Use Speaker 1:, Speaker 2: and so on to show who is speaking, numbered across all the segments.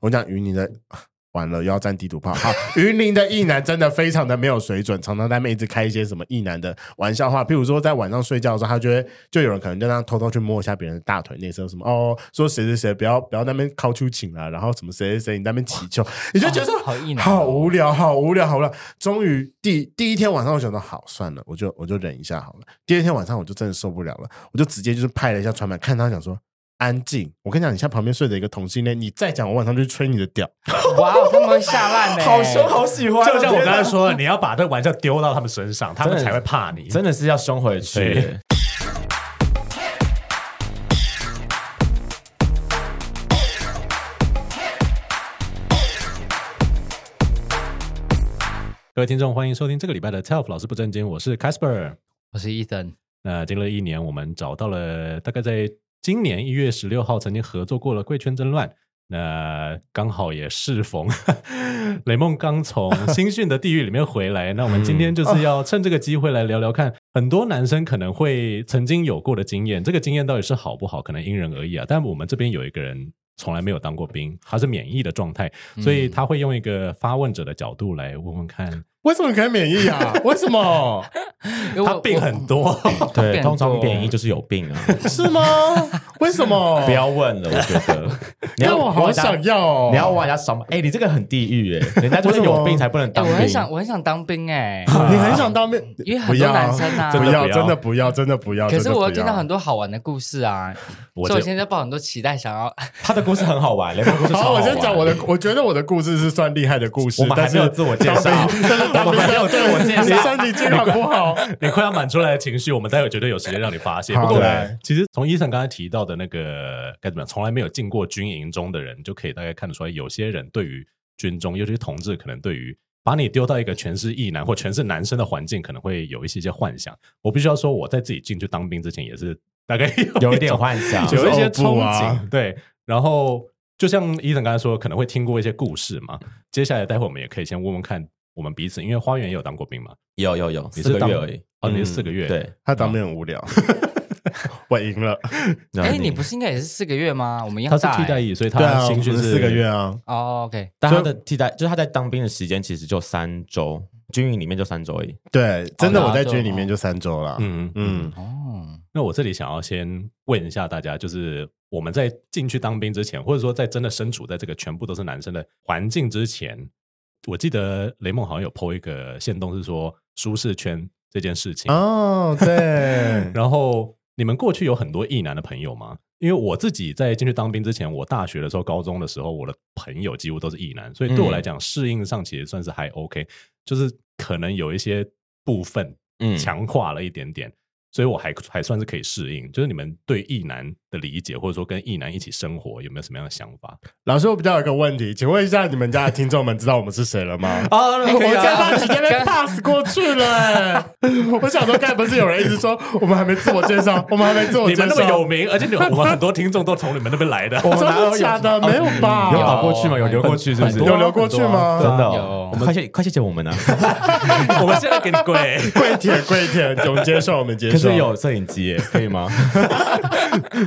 Speaker 1: 我讲云林的，完了又要占地图炮。好，云林的异男真的非常的没有水准，常常在那边一直开一些什么异男的玩笑话，譬如说在晚上睡觉的时候，他就会就有人可能就让他偷偷去摸一下别人的大腿内侧，什么哦，说谁谁谁不要不要那边靠出请啊了、然后什么谁谁谁你那边祈求，你就觉得说
Speaker 2: 好硬啊
Speaker 1: 好无聊，好无聊，好无聊。终于第第一天晚上，我想到好算了，我就我就忍一下好了。第二天晚上，我就真的受不了了，我就直接就是拍了一下床板，看他想说安静。我跟你讲，你现在旁边睡着一个同性恋，你再讲，我晚上就去吹你的屌。
Speaker 2: 哇，他们会吓烂的，
Speaker 3: 好凶，好喜欢，
Speaker 1: 啊
Speaker 4: 就像我刚才
Speaker 3: 天哪，
Speaker 4: 说的，你要把这个玩笑丢到他们身上，他们
Speaker 3: 真的
Speaker 4: 才会怕你。
Speaker 3: 真的是要凶回去
Speaker 4: 对。各位听众，欢迎收听这个礼拜的 Telf 老师不正经，我是 Casper。
Speaker 2: 我是伊森，
Speaker 4: 那经历了一年，我们找到了大概在今年一月十六号曾经合作过了《贵圈争乱》。那刚好也适逢雷梦 刚从新训的地狱里面回来，那我
Speaker 2: 嗯
Speaker 4: 们今天
Speaker 2: 哦
Speaker 4: 就是要趁这个机会来聊聊看，很多男生可能会曾经有过的经验，这个经验到底是好不好，可能因人而异啊。但我们这边有一个人从来没有当过兵，他是免疫的状态，所
Speaker 2: 嗯
Speaker 4: 以他会用一个发问者的角度来问问看，
Speaker 1: 为什么你可以免疫啊？为什么？
Speaker 2: 因为哎我
Speaker 4: 他病很多，
Speaker 3: 对，
Speaker 2: 变
Speaker 3: 通常
Speaker 2: 多欸
Speaker 3: 贬义就是有病啊，
Speaker 1: 是 吗？为什么？
Speaker 3: 不要问了，我觉 得。你
Speaker 1: 哦但
Speaker 3: 要
Speaker 1: 我好
Speaker 3: 问他
Speaker 1: 想要哦
Speaker 3: 你要挖人家什么？哎，你这个很地狱哎，人家就 是
Speaker 1: 为什么
Speaker 3: 有病才不能
Speaker 2: 哎，
Speaker 3: 当
Speaker 2: 我
Speaker 3: 兵。
Speaker 2: 很想，我很想当兵哎，
Speaker 1: 你很想当面，
Speaker 2: 因为很
Speaker 1: 不
Speaker 2: 多
Speaker 1: 要
Speaker 2: 男生啊
Speaker 1: 不
Speaker 4: 真的
Speaker 1: 要，
Speaker 4: 不要
Speaker 1: 真的不要，真的不要。
Speaker 2: 可是
Speaker 1: 真的
Speaker 2: 我又
Speaker 1: 不
Speaker 2: 听
Speaker 1: 要
Speaker 2: 到很多好玩的故事啊，
Speaker 4: 我
Speaker 2: 所以我
Speaker 4: 就
Speaker 2: 现在抱很多期待，想要
Speaker 3: 他的故事很好玩，雷锋故事超好
Speaker 1: 好，
Speaker 3: 玩
Speaker 1: 我先讲 我的，我觉得我的故事是算厉害的故事，
Speaker 3: 我们还
Speaker 1: 但是
Speaker 3: 没有自我介绍
Speaker 1: 当兵但是当兵没有自我介绍，你身体健康不好，
Speaker 4: 你快要满出来的情绪，我们待会绝对有时间让你发泄。
Speaker 1: 好
Speaker 4: 不过
Speaker 1: 来，
Speaker 4: 其实从医生刚才提到的那个该怎么样，从来没有进过军营中的人，就可以大概看得出来，有些人对于军中，尤其是同志，可能对于把你丢到一个全是异男或全是男生的环境，可能会有一些些幻想。 我必须要说，我在自己进去当兵之前，也是大概
Speaker 3: 有
Speaker 4: 一
Speaker 3: 一点
Speaker 4: 种
Speaker 3: 幻想，
Speaker 1: 就
Speaker 4: 有一些
Speaker 1: 就是欧
Speaker 4: 憧
Speaker 1: 布
Speaker 4: 憬，
Speaker 1: 啊
Speaker 4: 对。然后就像伊藤刚才说，可能会听过一些故事嘛。接下来待会我们也可以先问问看我们彼此，因为花园也有当过兵嘛，
Speaker 3: 有有有，
Speaker 4: 你
Speaker 3: 四
Speaker 4: 是
Speaker 3: 个
Speaker 4: 当
Speaker 3: 月而已。
Speaker 4: 哦，你是
Speaker 3: 嗯
Speaker 4: 四个月，
Speaker 3: 对，
Speaker 1: 他当面很无聊，我赢了，
Speaker 3: 然后
Speaker 2: 哎，你不是应该也是四个月吗？我们一
Speaker 4: 他
Speaker 2: 样
Speaker 4: 是
Speaker 2: 大
Speaker 4: 替代
Speaker 2: 哎
Speaker 4: 役，所以
Speaker 1: 对
Speaker 4: 他
Speaker 1: 啊，
Speaker 4: 新训
Speaker 1: 我们
Speaker 4: 是
Speaker 1: 四个月。啊，
Speaker 2: 哦，OK，
Speaker 3: 但他的替代就是他在当兵的时间其实就三周，军营里面就三周而已。
Speaker 1: 对，真的
Speaker 2: 好啦
Speaker 1: 我在军里面就三周了，
Speaker 4: 嗯嗯，
Speaker 1: 嗯，
Speaker 2: 哦，
Speaker 4: 那我这里想要先问一下大家，就是我们在进去当兵之前，或者说在真的身处在这个全部都是男生的环境之前，我记得雷梦好像有 PO 一个线动，是说舒适圈这件事情。
Speaker 1: 哦，对，
Speaker 4: 然后你们过去有很多异男的朋友吗？因为我自己在进去当兵之前，我大学的时候、高中的时候，我的朋友几乎都是异男，所以对我
Speaker 3: 嗯
Speaker 4: 来讲，适应上其实算是还 OK，就是可能有一些部分
Speaker 3: 嗯
Speaker 4: 强化了一点点，所以我还还算是可以适应。就是你们对异男的理解，或者说跟异男一起生活，有没有什么样的想法？
Speaker 1: 老师，我比较有一个问题，请问一下你们家的听众们知道我们是谁了吗？
Speaker 3: 啊，
Speaker 1: 我
Speaker 2: 以
Speaker 1: 刚
Speaker 2: 啊
Speaker 1: 刚直接被 pass 过去了、欸，我想说，刚才不是有人一直说我们还没自我介绍，我们还没
Speaker 3: 哦
Speaker 1: 自我
Speaker 4: 你
Speaker 1: 介绍，
Speaker 4: 们那么有名，而且你们我们很多听众都从你们那边来 的。
Speaker 1: 真 的假的？没有吧？
Speaker 3: 有导过去吗？有流过去是不是？
Speaker 2: 很
Speaker 1: 有流过去吗？
Speaker 3: 真的哦，
Speaker 2: 有
Speaker 3: 我们快谢快谢谢我们啊！
Speaker 4: 我们现在给你跪。
Speaker 1: 跪舔跪舔，我们接受，我们接
Speaker 3: 可
Speaker 1: 受。
Speaker 3: 是有摄影 机耶，可以吗？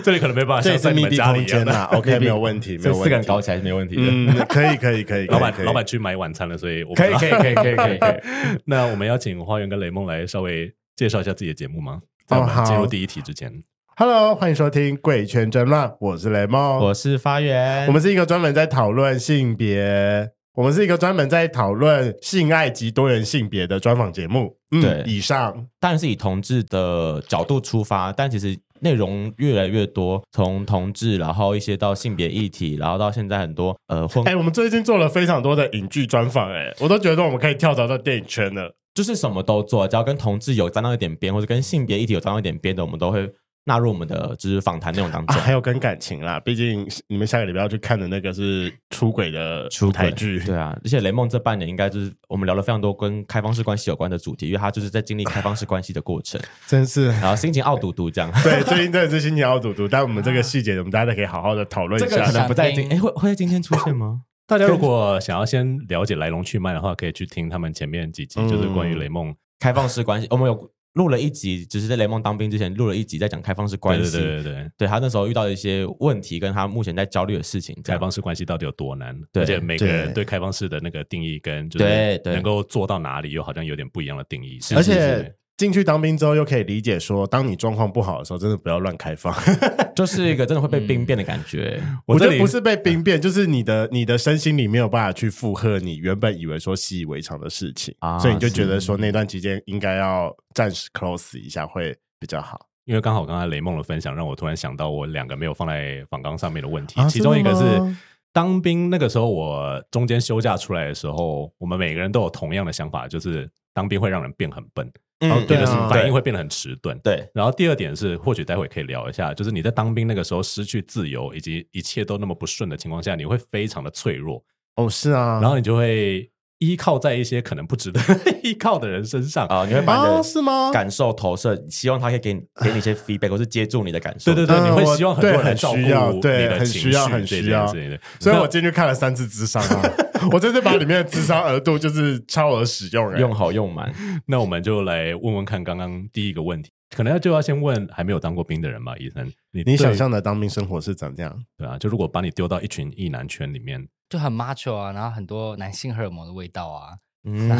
Speaker 4: 这里可能没办法
Speaker 1: 这
Speaker 4: 像
Speaker 1: 也
Speaker 4: 在
Speaker 1: 是
Speaker 4: 你
Speaker 1: 密
Speaker 4: 们
Speaker 1: 闭
Speaker 4: 家
Speaker 1: 空
Speaker 4: 里一样
Speaker 1: 间
Speaker 4: 的。
Speaker 1: 啊，OK，
Speaker 3: 密闭
Speaker 1: 没有问题，没
Speaker 3: 这
Speaker 1: 有
Speaker 3: 四
Speaker 1: 问题。
Speaker 3: 个人搞起来是没问题的。
Speaker 1: 嗯，可以可以 可以，可以
Speaker 4: 老板
Speaker 1: 可，以
Speaker 4: 老板去买晚餐了，所以我不
Speaker 3: 可
Speaker 4: 知
Speaker 3: 以
Speaker 4: 道
Speaker 3: 可以可以可以可以可 以。
Speaker 4: 那我们要请花园跟雷梦来稍微介绍一下自己的节目吗？在
Speaker 1: 哦
Speaker 4: 我们进入
Speaker 1: 好
Speaker 4: 第一题之前，
Speaker 1: ，Hello，欢迎收听《贵圈争乱》，我是雷梦，
Speaker 3: 我是发源，
Speaker 1: 我们是一个专门在讨论性别，我们是一个专门在讨论性爱及多元性别的专访节目。嗯，
Speaker 3: 对
Speaker 1: 以上
Speaker 3: 当然是以同志的角度出发，但其实内容越来越多，从同志，然后一些到性别议题，然后到现在很多呃婚，
Speaker 1: 哎、我们最近做了非常多的影剧专访，哎，我都觉得我们可以跳槽到电影圈了。
Speaker 3: 就是什么都做，只要跟同志有沾到一点边，或者跟性别议题有沾到一点边的，我们都会纳入我们的就是访谈内容当
Speaker 1: 啊、
Speaker 3: 中。
Speaker 1: 还有跟感情啦，毕竟你们下个礼拜要去看的那个是出轨的
Speaker 3: 出
Speaker 1: 舞
Speaker 3: 轨
Speaker 1: 台剧，
Speaker 3: 对啊，而且雷梦这半年应该就是我们聊了非常多跟开放式关系有关的主题，因为他就是在经历开放式关系的过程，
Speaker 1: 真是。
Speaker 3: 然后心情傲嘟嘟 这样。
Speaker 1: 对，最近真的是心情好赌赌，但我们这个细节，我们大家可以好好的讨论
Speaker 3: 这
Speaker 1: 一
Speaker 3: 个
Speaker 1: 下
Speaker 3: 可。能不在
Speaker 2: 想
Speaker 3: 今，
Speaker 2: 听
Speaker 3: 哎，会会在今天出现 吗？
Speaker 4: 大家如果想要先了解来龙去脉的话，可以去听他们前面几集，
Speaker 1: 嗯
Speaker 4: 就是关于雷梦。
Speaker 3: 开放式关系，我们有录了一集，只是在雷蒙当兵之前录了一集，在讲开放式关
Speaker 4: 对
Speaker 3: 系。
Speaker 4: 对对对对，
Speaker 3: 对他那时候遇到的一些问题，跟他目前在焦虑的事情，这
Speaker 4: 开
Speaker 3: 样
Speaker 4: 放式关系到底有多难？
Speaker 3: 对
Speaker 4: 而且每个人
Speaker 1: 对
Speaker 4: 对开放式的那个定义跟就
Speaker 3: 对
Speaker 4: 是
Speaker 3: 对
Speaker 4: 能够做到哪里，又好像有点不一样的定义。
Speaker 1: 而
Speaker 4: 是
Speaker 1: 且
Speaker 4: 是
Speaker 1: 进去当兵之后，又可以理解说，当你状况不好的时候，真的不要乱开放。
Speaker 3: 就是一个真的会被兵变的感觉。
Speaker 1: 我觉
Speaker 4: 这
Speaker 1: 得
Speaker 4: 里
Speaker 1: 不是被兵变，就是你的你的身心里没有办法去负荷你原本以为说习以为常的事情，
Speaker 3: 啊
Speaker 1: 所以你就觉得说那段期间应该要暂时 close 一下会比较好。
Speaker 4: 因为刚好刚才雷梦的分享，让我突然想到我两个没有放在访纲上面的问题，
Speaker 1: 啊
Speaker 4: 其中一个
Speaker 1: 真的
Speaker 4: 是
Speaker 1: 吗
Speaker 4: 当兵那个时候，我中间休假出来的时候，我们每个人都有同样的想法，就是当兵会让人变很笨，
Speaker 3: 嗯
Speaker 1: 哦对
Speaker 4: 就
Speaker 1: 啊
Speaker 4: 是反应会变得很迟钝。
Speaker 3: 对
Speaker 4: 然后第二点是，或许待会可以聊一下，就是你在当兵那个时候失去自由，以及一切都那么不顺的情况下，你会非常的脆弱，
Speaker 1: 哦，是啊，
Speaker 4: 然后你就会依靠在一些可能不值得 依靠的人身上。
Speaker 3: 啊、你会把你
Speaker 4: 哦
Speaker 1: 啊，是
Speaker 3: 的
Speaker 1: 吗？
Speaker 3: 感受投射，希望他可以给你给你一些 feedback，或是接住你的感受。
Speaker 4: 对对对，
Speaker 1: 嗯
Speaker 4: 你会
Speaker 1: 我
Speaker 4: 希望很多人
Speaker 1: 对
Speaker 4: 来
Speaker 1: 很
Speaker 4: 照顾
Speaker 1: 需要
Speaker 4: 你
Speaker 1: 对
Speaker 4: 的
Speaker 1: 很
Speaker 4: 情
Speaker 1: 需要
Speaker 4: 绪
Speaker 1: 很
Speaker 4: 这
Speaker 1: 需
Speaker 4: 件
Speaker 1: 要
Speaker 4: 事情对
Speaker 1: 所以
Speaker 4: 那
Speaker 1: 我进去看了三次智商啊， 我这次把里面的智商额度就是超额使用、欸，
Speaker 3: 用好用满。
Speaker 4: 那我们就来问问看，刚刚第一个问题，可能就要先问还没有当过兵的人吧，医生，你
Speaker 1: 你
Speaker 4: 对
Speaker 1: 想象的当兵生活是怎样？
Speaker 4: 对啊？就如果把你丢到一群异男圈里 面，
Speaker 2: 就很 macho 啊，然后很多男性荷尔蒙的味道啊，
Speaker 3: 嗯，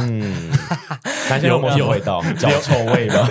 Speaker 3: 男性荷尔蒙
Speaker 4: 有
Speaker 3: 有味道，脚臭味吧？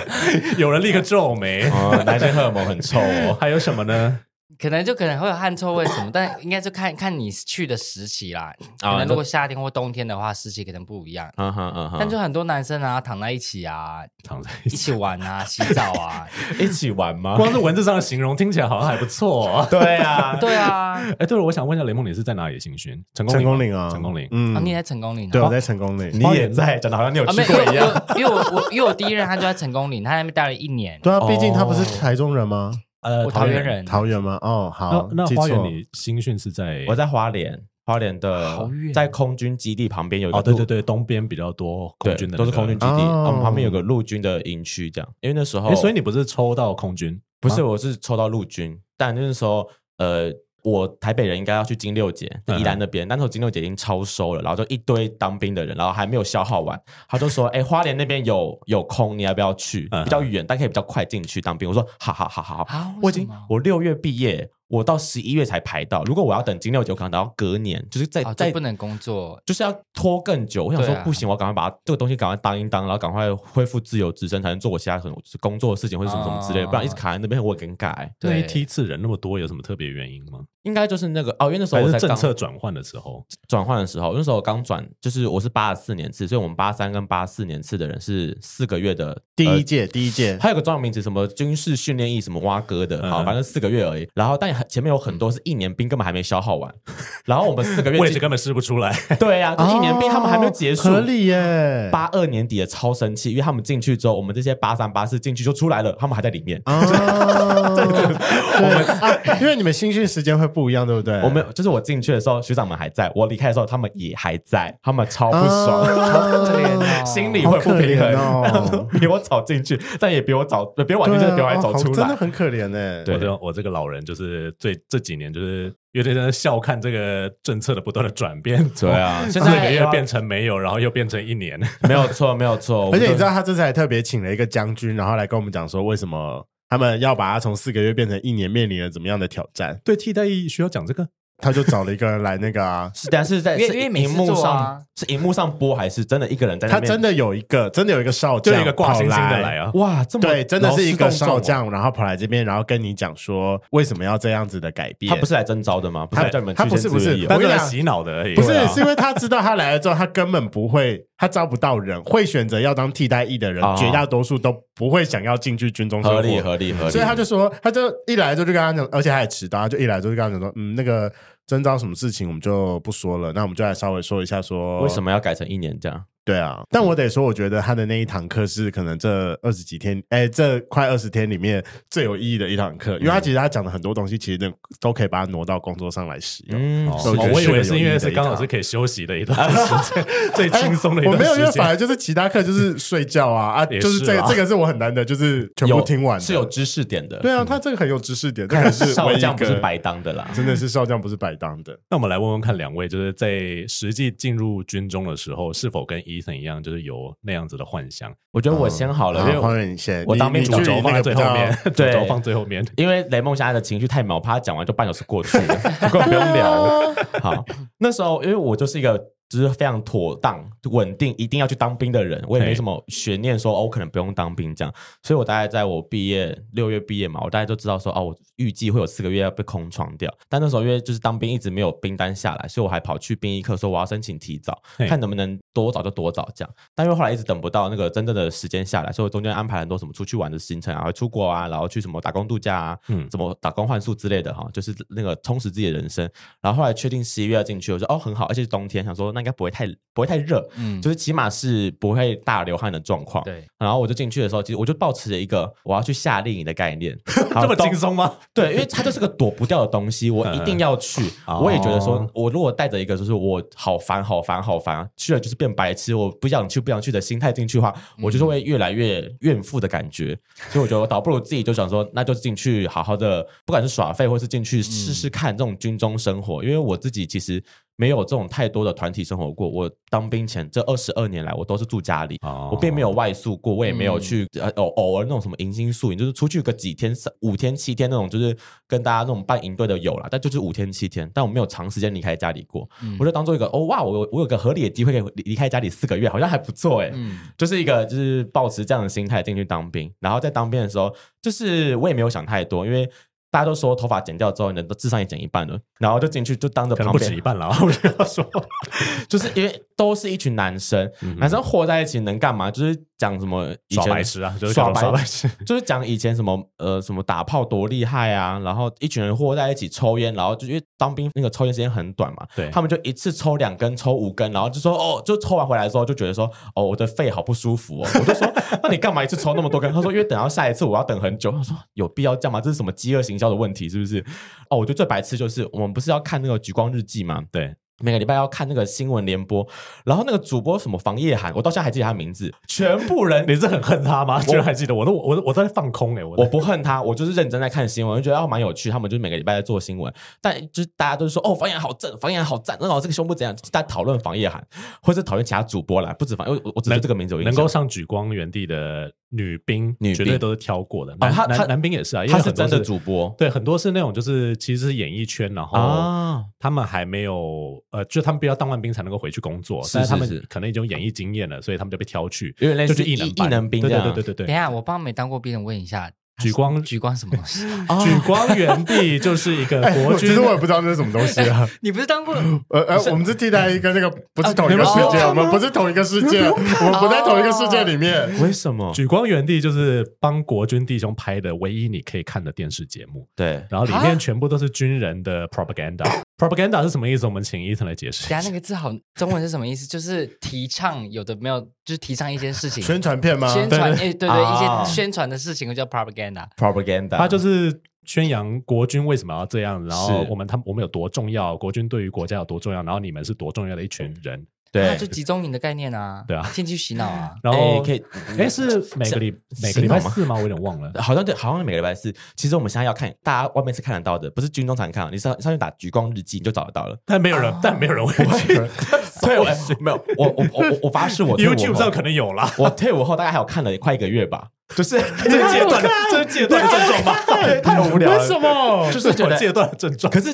Speaker 4: 有人立刻皱眉，
Speaker 3: 哦，男性荷 尔蒙很臭哦。
Speaker 4: 还有什么呢？
Speaker 2: 可能就可能会有汗臭味什么，但应该就看看你去的时期啦。
Speaker 3: 啊
Speaker 2: 可能如果夏天或冬天的话，时期可能不一样。
Speaker 3: 嗯哼嗯哼，
Speaker 2: 但就很多男生啊，躺在一起啊，
Speaker 4: 躺在
Speaker 2: 一起玩啊，洗澡啊，
Speaker 3: 一起玩吗？。
Speaker 4: 光是文字上的形容听起来好像还不错、哦
Speaker 3: 对啊，
Speaker 2: 对啊，啊
Speaker 4: 哎，对了，我想问一下雷梦，你是在哪里新训？成功
Speaker 1: 成功
Speaker 4: 岭
Speaker 1: 岭
Speaker 4: 吗
Speaker 1: 啊，
Speaker 4: 成功岭。
Speaker 1: 嗯
Speaker 2: 你也在成功岭啊？
Speaker 1: 对，我在成功岭，
Speaker 3: 你也在，讲的好像你有
Speaker 2: 啊，
Speaker 3: 去
Speaker 2: 没有
Speaker 3: 过一样。，
Speaker 2: 因为因为我我因为我第一任他就在成功岭，他在那边待了一年，
Speaker 1: 对啊，毕竟他
Speaker 3: 哦
Speaker 1: 不是台中人吗？
Speaker 4: 呃
Speaker 2: 我桃园。人，
Speaker 1: 桃园吗？哦，好
Speaker 4: 那，那
Speaker 1: 记
Speaker 4: 花园
Speaker 1: 错
Speaker 4: 你新训是在？
Speaker 3: 我在花莲，花莲的
Speaker 2: 好远
Speaker 3: 在空军基地旁边有一个
Speaker 4: 哦，对对
Speaker 3: 陆
Speaker 4: 对，东边比较多空
Speaker 3: 对
Speaker 4: 军的那个，
Speaker 3: 都
Speaker 4: 啊
Speaker 3: 是空军基地，
Speaker 1: 哦
Speaker 3: 我们旁边有个陆军的营区，这样。因为那时候，
Speaker 4: 哎，所以你不是抽到空军？
Speaker 3: 不是我是抽到陆军，但那时候呃，我台北人应该要去金六节，
Speaker 4: 嗯
Speaker 3: 宜兰那边，但是我金六节已经超收了，然后就一堆当兵的人，然后还没有消耗完，他就说：“哎，花莲那边有有空，你要不要去？
Speaker 4: 嗯
Speaker 3: 比较远，但可以比较快进去当兵。”我说：“好好好好好，
Speaker 2: 啊，
Speaker 3: 我
Speaker 2: 为
Speaker 3: 已
Speaker 2: 什
Speaker 3: 经
Speaker 2: 么
Speaker 3: 我六月毕业，我到十一月才排到，如果我要等金六节，我可能等到隔年，就是在
Speaker 2: 啊
Speaker 3: 在
Speaker 2: 就不能工作，
Speaker 3: 就是要拖更久。我想说
Speaker 2: 对啊
Speaker 3: 不行，我要赶快把它这个东西赶快当一当，然后赶快恢复自由之身，才能做我其他可能工作的事情或者什么什么之类的，
Speaker 2: 啊
Speaker 3: 不然一直卡在那边我很尴尬、欸。
Speaker 4: 那
Speaker 2: 对
Speaker 4: 一梯次人那么多，有什么特别原因吗？
Speaker 3: 应该就是那个哦，因为那时
Speaker 4: 还
Speaker 3: 候我
Speaker 4: 是
Speaker 3: 在
Speaker 4: 政
Speaker 3: 刚
Speaker 4: 策转换的时候？
Speaker 3: 转换的时候，那时候我刚转，就是我是八十四年次，所以我们八三跟八四年次的人是四个月的
Speaker 1: 第
Speaker 3: 呃
Speaker 1: 一届，第一届
Speaker 3: 还有个专有名词，什么军事训练役，什么蛙哥的，好，
Speaker 4: 嗯
Speaker 3: 反正四个月而已。然后，但很前面有很多是一年兵，根本还没消耗完。然后我们四个月
Speaker 4: 位置
Speaker 3: 进，
Speaker 4: 根本试不出 来。
Speaker 3: 对呀、就是一年兵他们还没有结束。
Speaker 1: 哦合理 耶。
Speaker 3: 八二年底的超生气，因为他们进去之后，我们这些八三八四进去就出来了，他们还在里面。
Speaker 1: 啊，对啊，因为你们新训时间会不一样，对不对？
Speaker 3: 我们就是我进去的时候，学长们还在；我离开的时候，他们也还在，他们超不爽，
Speaker 2: 可怜
Speaker 1: 啊
Speaker 2: 哦
Speaker 3: 心里会不平
Speaker 1: 好可怜
Speaker 3: 衡。
Speaker 1: 哦
Speaker 3: 比我早进去，但也比我早，比我晚进去，
Speaker 1: 对啊
Speaker 3: 但比我晚
Speaker 1: 哦
Speaker 3: 早
Speaker 1: 好
Speaker 3: 出
Speaker 1: 真的
Speaker 3: 来。
Speaker 1: 很可怜欸呢。
Speaker 3: 对
Speaker 4: 我这我这个老人就是最这几年就是有点在笑看这个政策的不断的转变，
Speaker 3: 对啊
Speaker 4: 从
Speaker 3: 现
Speaker 4: 四
Speaker 3: 在
Speaker 4: 个
Speaker 3: 也
Speaker 4: 月
Speaker 3: 要
Speaker 4: 变成没有，然后又变成一年，
Speaker 3: 没有错，没有错。
Speaker 1: 而且
Speaker 3: 我
Speaker 1: 你
Speaker 3: 们，
Speaker 1: 知道，他这次还特别请了一个将军，然后来跟我们讲说，为什么他们要把他从四个月变成一年，面临了怎么样的挑战？
Speaker 4: 对替代役需要讲这个，
Speaker 1: 他就找了一个人来那个啊
Speaker 3: 是，但是在
Speaker 2: 因为
Speaker 3: 是
Speaker 2: 因为每
Speaker 3: 荧
Speaker 2: 次
Speaker 3: 幕
Speaker 2: 做
Speaker 3: 上、
Speaker 2: 啊
Speaker 3: 是荧幕上播，还是真的一个人在那
Speaker 1: 他
Speaker 3: 边？
Speaker 1: 真的有一个，真的有一个少
Speaker 4: 就
Speaker 1: 将，
Speaker 4: 有一个挂星星的来
Speaker 1: 啊。
Speaker 4: 啊，
Speaker 3: 哇，这么
Speaker 1: 对，真的是一
Speaker 3: 劳
Speaker 1: 个
Speaker 3: 师动众
Speaker 1: 少
Speaker 3: 哦。
Speaker 1: 将，然后跑来这边，然后跟你讲说为什么要这样子的改变。
Speaker 3: 他不是来征招的吗？不是来叫你们
Speaker 1: 他
Speaker 3: 去
Speaker 1: 不是
Speaker 3: 先
Speaker 1: 不是
Speaker 3: 自愿意哦
Speaker 1: 但
Speaker 4: 我
Speaker 1: 是
Speaker 4: 有
Speaker 1: 啊
Speaker 4: 点洗脑的而已，
Speaker 1: 不是
Speaker 4: 对啊，
Speaker 1: 是因为他知道他来了之后，他根本不会，他招不到人，会选择要当替代役的人，
Speaker 3: 哦
Speaker 1: 绝大多数都不会想要进去军中生活。
Speaker 3: 合理合理合理。
Speaker 1: 所以他就说，他就一来之后就跟他讲，而且他也迟到，他就一来之后就跟他讲说，嗯，那个征召什么事情我们就不说了，那我们就来稍微说一下说
Speaker 3: 为什。么要改成一年这样？
Speaker 1: 对啊，但我得说，我觉得他的那一堂课是可能这二十几天，哎，这快二十天里面最有意义的一堂课，因
Speaker 3: 嗯
Speaker 1: 为他其实他讲的很多东西，其实都都可以把它挪到工作上来使用。
Speaker 3: 嗯，
Speaker 4: 哦
Speaker 1: 所以我觉得
Speaker 4: 我以
Speaker 1: 是个
Speaker 4: 为
Speaker 1: 有
Speaker 4: 是因
Speaker 1: 意义
Speaker 4: 为
Speaker 1: 的
Speaker 4: 是
Speaker 1: 一
Speaker 4: 刚好
Speaker 1: 趟
Speaker 4: 是可以休息的一 段时间，最
Speaker 1: 哎
Speaker 4: 轻松的一
Speaker 1: 我
Speaker 4: 段
Speaker 1: 没有，因为
Speaker 4: 时
Speaker 1: 反
Speaker 4: 间。
Speaker 1: 而就是其他课就是睡觉啊啊，
Speaker 4: 也
Speaker 1: 就是这
Speaker 4: 是
Speaker 1: 个
Speaker 4: 啊
Speaker 1: 这个是我很难的，就是全部
Speaker 3: 有
Speaker 1: 听完的
Speaker 3: 是有知识点的。嗯
Speaker 1: 对啊，他这个很有知识 点，这个是唯
Speaker 3: 少
Speaker 1: 一一
Speaker 3: 将不是
Speaker 1: 个
Speaker 3: 白啊当的啦。
Speaker 1: 真的是少将不是白当的。
Speaker 4: 那我们来问问看两位，就是在实际进入军中的时候，是否跟一伊森一样，就是有那样子的幻想。
Speaker 3: 我觉得
Speaker 1: 嗯
Speaker 3: 我先好了，因为
Speaker 1: 黄远先，
Speaker 3: 我
Speaker 1: 你
Speaker 3: 当面
Speaker 1: 你
Speaker 3: 主
Speaker 1: 距
Speaker 3: 轴
Speaker 1: 离
Speaker 4: 放
Speaker 1: 那
Speaker 4: 在
Speaker 1: 个
Speaker 4: 最
Speaker 1: 比
Speaker 4: 后
Speaker 1: 较
Speaker 4: 面，主
Speaker 3: 对
Speaker 4: 轴放最后面。
Speaker 3: 因为雷梦现在的情绪太毛，我怕他讲完就半小时过 去了，根本不用聊。好，那时候因为我就是一个就是非常妥当、稳定，一定要去当兵的人，我也没什么悬念说哦，我可能不用当兵这样。所以我大概在我毕业六月毕业嘛，我大概就知道说哦，我预计会有四个月要被空床掉。但那时候因为就是当兵一直没有兵单下来，所以我还跑去兵役课说我要申请提早，
Speaker 4: 嘿
Speaker 3: 看能不能多早就多早这样。但因为后来一直等不到那个真正的时间下来，所以我中间安排很多什么出去玩的行程啊，出国啊，然后去什么打工度假啊，
Speaker 4: 嗯
Speaker 3: 嗯，怎么打工换宿之类的哈，就是那个充实自己的人生。然后后来确定十一月要进去，我说哦很好，而且是冬天，想说那应该不会太不会太热，
Speaker 2: 嗯，
Speaker 3: 就是起码是不会大流汗的状况。
Speaker 2: 对，
Speaker 3: 然后我就进去的时候，其实我就抱持着一个我要去夏令营的概念，
Speaker 4: 这
Speaker 3: 这
Speaker 4: 么轻松吗？
Speaker 3: 对，因为它就是个躲不掉的东西，我一定要去。
Speaker 4: 嗯
Speaker 3: 我也觉得
Speaker 4: 哦
Speaker 3: 说，我如果带着一个就是我好烦、好烦、好烦，去了就是变白痴，我不想去、不想去的心态进去的话，我就是会越来越怨妇的感觉。所以我觉得我倒不如自己就想说，那就进去好好的，不管是耍废或是进去试试看这种军中生活，因为我自己其实。没有这种太多的团体生活过。我当兵前这二十二年来，我都是住家里，
Speaker 4: 哦
Speaker 3: 我并没有外宿过，我也没
Speaker 2: 嗯
Speaker 3: 有去呃偶偶尔那种什么迎新宿营，就是出去个几天、三五天、七天那种，就是跟大家那种办营队的有啦，但就是五天七天，但我没有长时间离开家里过，
Speaker 2: 嗯
Speaker 3: 我就当做一个哦哇，我有我有个合理的机会可以离离开家里四个月，好像还不错哎、
Speaker 2: 嗯
Speaker 3: 就是一个就是抱持这样的心态进去当兵，然后在当兵的时候，就是我也没有想太多，因为大家都说头发剪掉之后，你的智商也减一半了，然后就进去就当着
Speaker 4: 可
Speaker 3: 旁
Speaker 4: 能
Speaker 3: 边
Speaker 4: 不止一半了， 我就要 说，
Speaker 3: 就是因为都是一群男生，
Speaker 4: 嗯
Speaker 3: 男生和在一起能干嘛？就是讲什么以前
Speaker 4: 耍白痴啊就是各
Speaker 3: 耍
Speaker 4: 种
Speaker 3: 白
Speaker 4: 耍白 痴，
Speaker 3: 就是讲以前什么呃什么打炮多厉害啊，然后一群人和在一起抽烟，然后就因为当兵那个抽烟时间很短嘛，
Speaker 4: 对
Speaker 3: 他们就一次抽两根，抽五根，然后就说哦，就抽完回来之后就觉得说哦我的肺好不舒服哦，我就说那你干嘛一次抽那么多根？他说因为等到下一次我要等很久，我说有必要这样吗？这是什么饥饿行销的问题是不是？哦，我觉得最白痴就是我们不是要看那个《举光日记》吗？
Speaker 4: 对，
Speaker 3: 每个礼拜要看那个新闻联播，然后那个主播什么房夜涵，我到现在还记得他名字，全部人
Speaker 4: 你是很恨他吗？居然还记得我都我都我都在放空哎，我
Speaker 3: 我不恨他，我就是认真在看新闻，我就觉得哦蛮有趣。他们就是每个礼拜在做新闻，但就是大家都是说哦，房野好正，房野好赞，然后这个胸部怎样，大家讨论房野涵，或者讨论其他主播啦，不止房，因为我我只对这个名字有印
Speaker 4: 能
Speaker 3: 象
Speaker 4: 够。上举光原地的女兵，
Speaker 3: 女兵
Speaker 4: 绝对都是挑过的。男
Speaker 3: 啊他他
Speaker 4: 男男兵也是啊，因为
Speaker 3: 他是
Speaker 4: 很多
Speaker 3: 真的主播
Speaker 4: 对，很多是那种就是其实是演艺圈，然后
Speaker 3: 啊，
Speaker 4: 他们还没有呃，就他们必须要当完兵才能够回去工作，
Speaker 3: 是
Speaker 4: 但是他
Speaker 3: 是
Speaker 4: 们
Speaker 3: 是
Speaker 4: 可能已经有演艺经验了，所以他们就被挑去，
Speaker 3: 有点类
Speaker 4: 就
Speaker 3: 似
Speaker 4: 去艺
Speaker 3: 艺
Speaker 4: 能
Speaker 3: 艺
Speaker 4: 班
Speaker 3: 能兵
Speaker 4: 对
Speaker 3: 这
Speaker 4: 对
Speaker 3: 样
Speaker 4: 对对对
Speaker 2: 等一
Speaker 4: 对。
Speaker 2: 下，我帮没当过兵的问一下，
Speaker 4: 举光
Speaker 2: 举光什么东 西？
Speaker 3: 啊哦
Speaker 4: 举光原地就是一个
Speaker 1: 哎
Speaker 4: 国
Speaker 1: 我其
Speaker 4: 军
Speaker 1: 实我也不知道那是什么东西啊。
Speaker 2: 你不是当过？
Speaker 1: 呃呃，我们是替代一个那个不是同一个世
Speaker 2: 你们不
Speaker 1: 界，
Speaker 2: 用
Speaker 1: 我们不是同一个世界，我们不在同一个世界里面。
Speaker 3: 为什么？
Speaker 4: 举光原地就是帮国军弟兄拍的唯一你可以看的电视节目，
Speaker 3: 对，
Speaker 4: 然后里面
Speaker 2: 啊
Speaker 4: 全部都是军人的 propaganda。propaganda 是什么意思？我们请伊藤来解释。
Speaker 2: 等一下那个字好，中文是什么意思？就是提倡有的没有，就是提倡一件事情，
Speaker 1: 宣传片吗？
Speaker 2: 宣传，
Speaker 4: 对对
Speaker 2: 哎，对对，
Speaker 3: 啊
Speaker 2: 一些宣传的事情叫 propaganda。
Speaker 3: propaganda，
Speaker 4: 他就是宣扬国军为什么要这样，然后
Speaker 3: 是
Speaker 4: 我们他们我们有多重要，国军对于国家有多重要，然后你们是多重要的一群人，
Speaker 2: 那
Speaker 3: 对
Speaker 2: 就。集中营的概念啊，
Speaker 4: 对啊
Speaker 2: 进去洗脑啊，
Speaker 4: 然后
Speaker 3: 哎可以，
Speaker 4: 哎是每个礼每个礼拜四吗？我有点忘了。
Speaker 3: 好像对，好像每个礼拜四。其实我们现在要看，大家外面是看得到的，不是军中才能看到。你上上去打《橘光日记》，你就找得到了。
Speaker 4: 但没有
Speaker 2: 哦
Speaker 4: 人，但没有人会去。
Speaker 3: 退伍哎没有，我我我我我发誓，我退伍后
Speaker 4: YouTube 上可能有 啦。
Speaker 3: 我退伍后大概还有看了快一个月吧，就是这
Speaker 4: 这
Speaker 3: 个
Speaker 4: 是
Speaker 3: 阶
Speaker 4: 戒
Speaker 3: 段
Speaker 4: 断的
Speaker 3: 的，
Speaker 4: 这是戒断的症状吗？ 太无聊了。为什么？ 就是
Speaker 3: 觉得
Speaker 4: 戒断的症状。
Speaker 3: 可是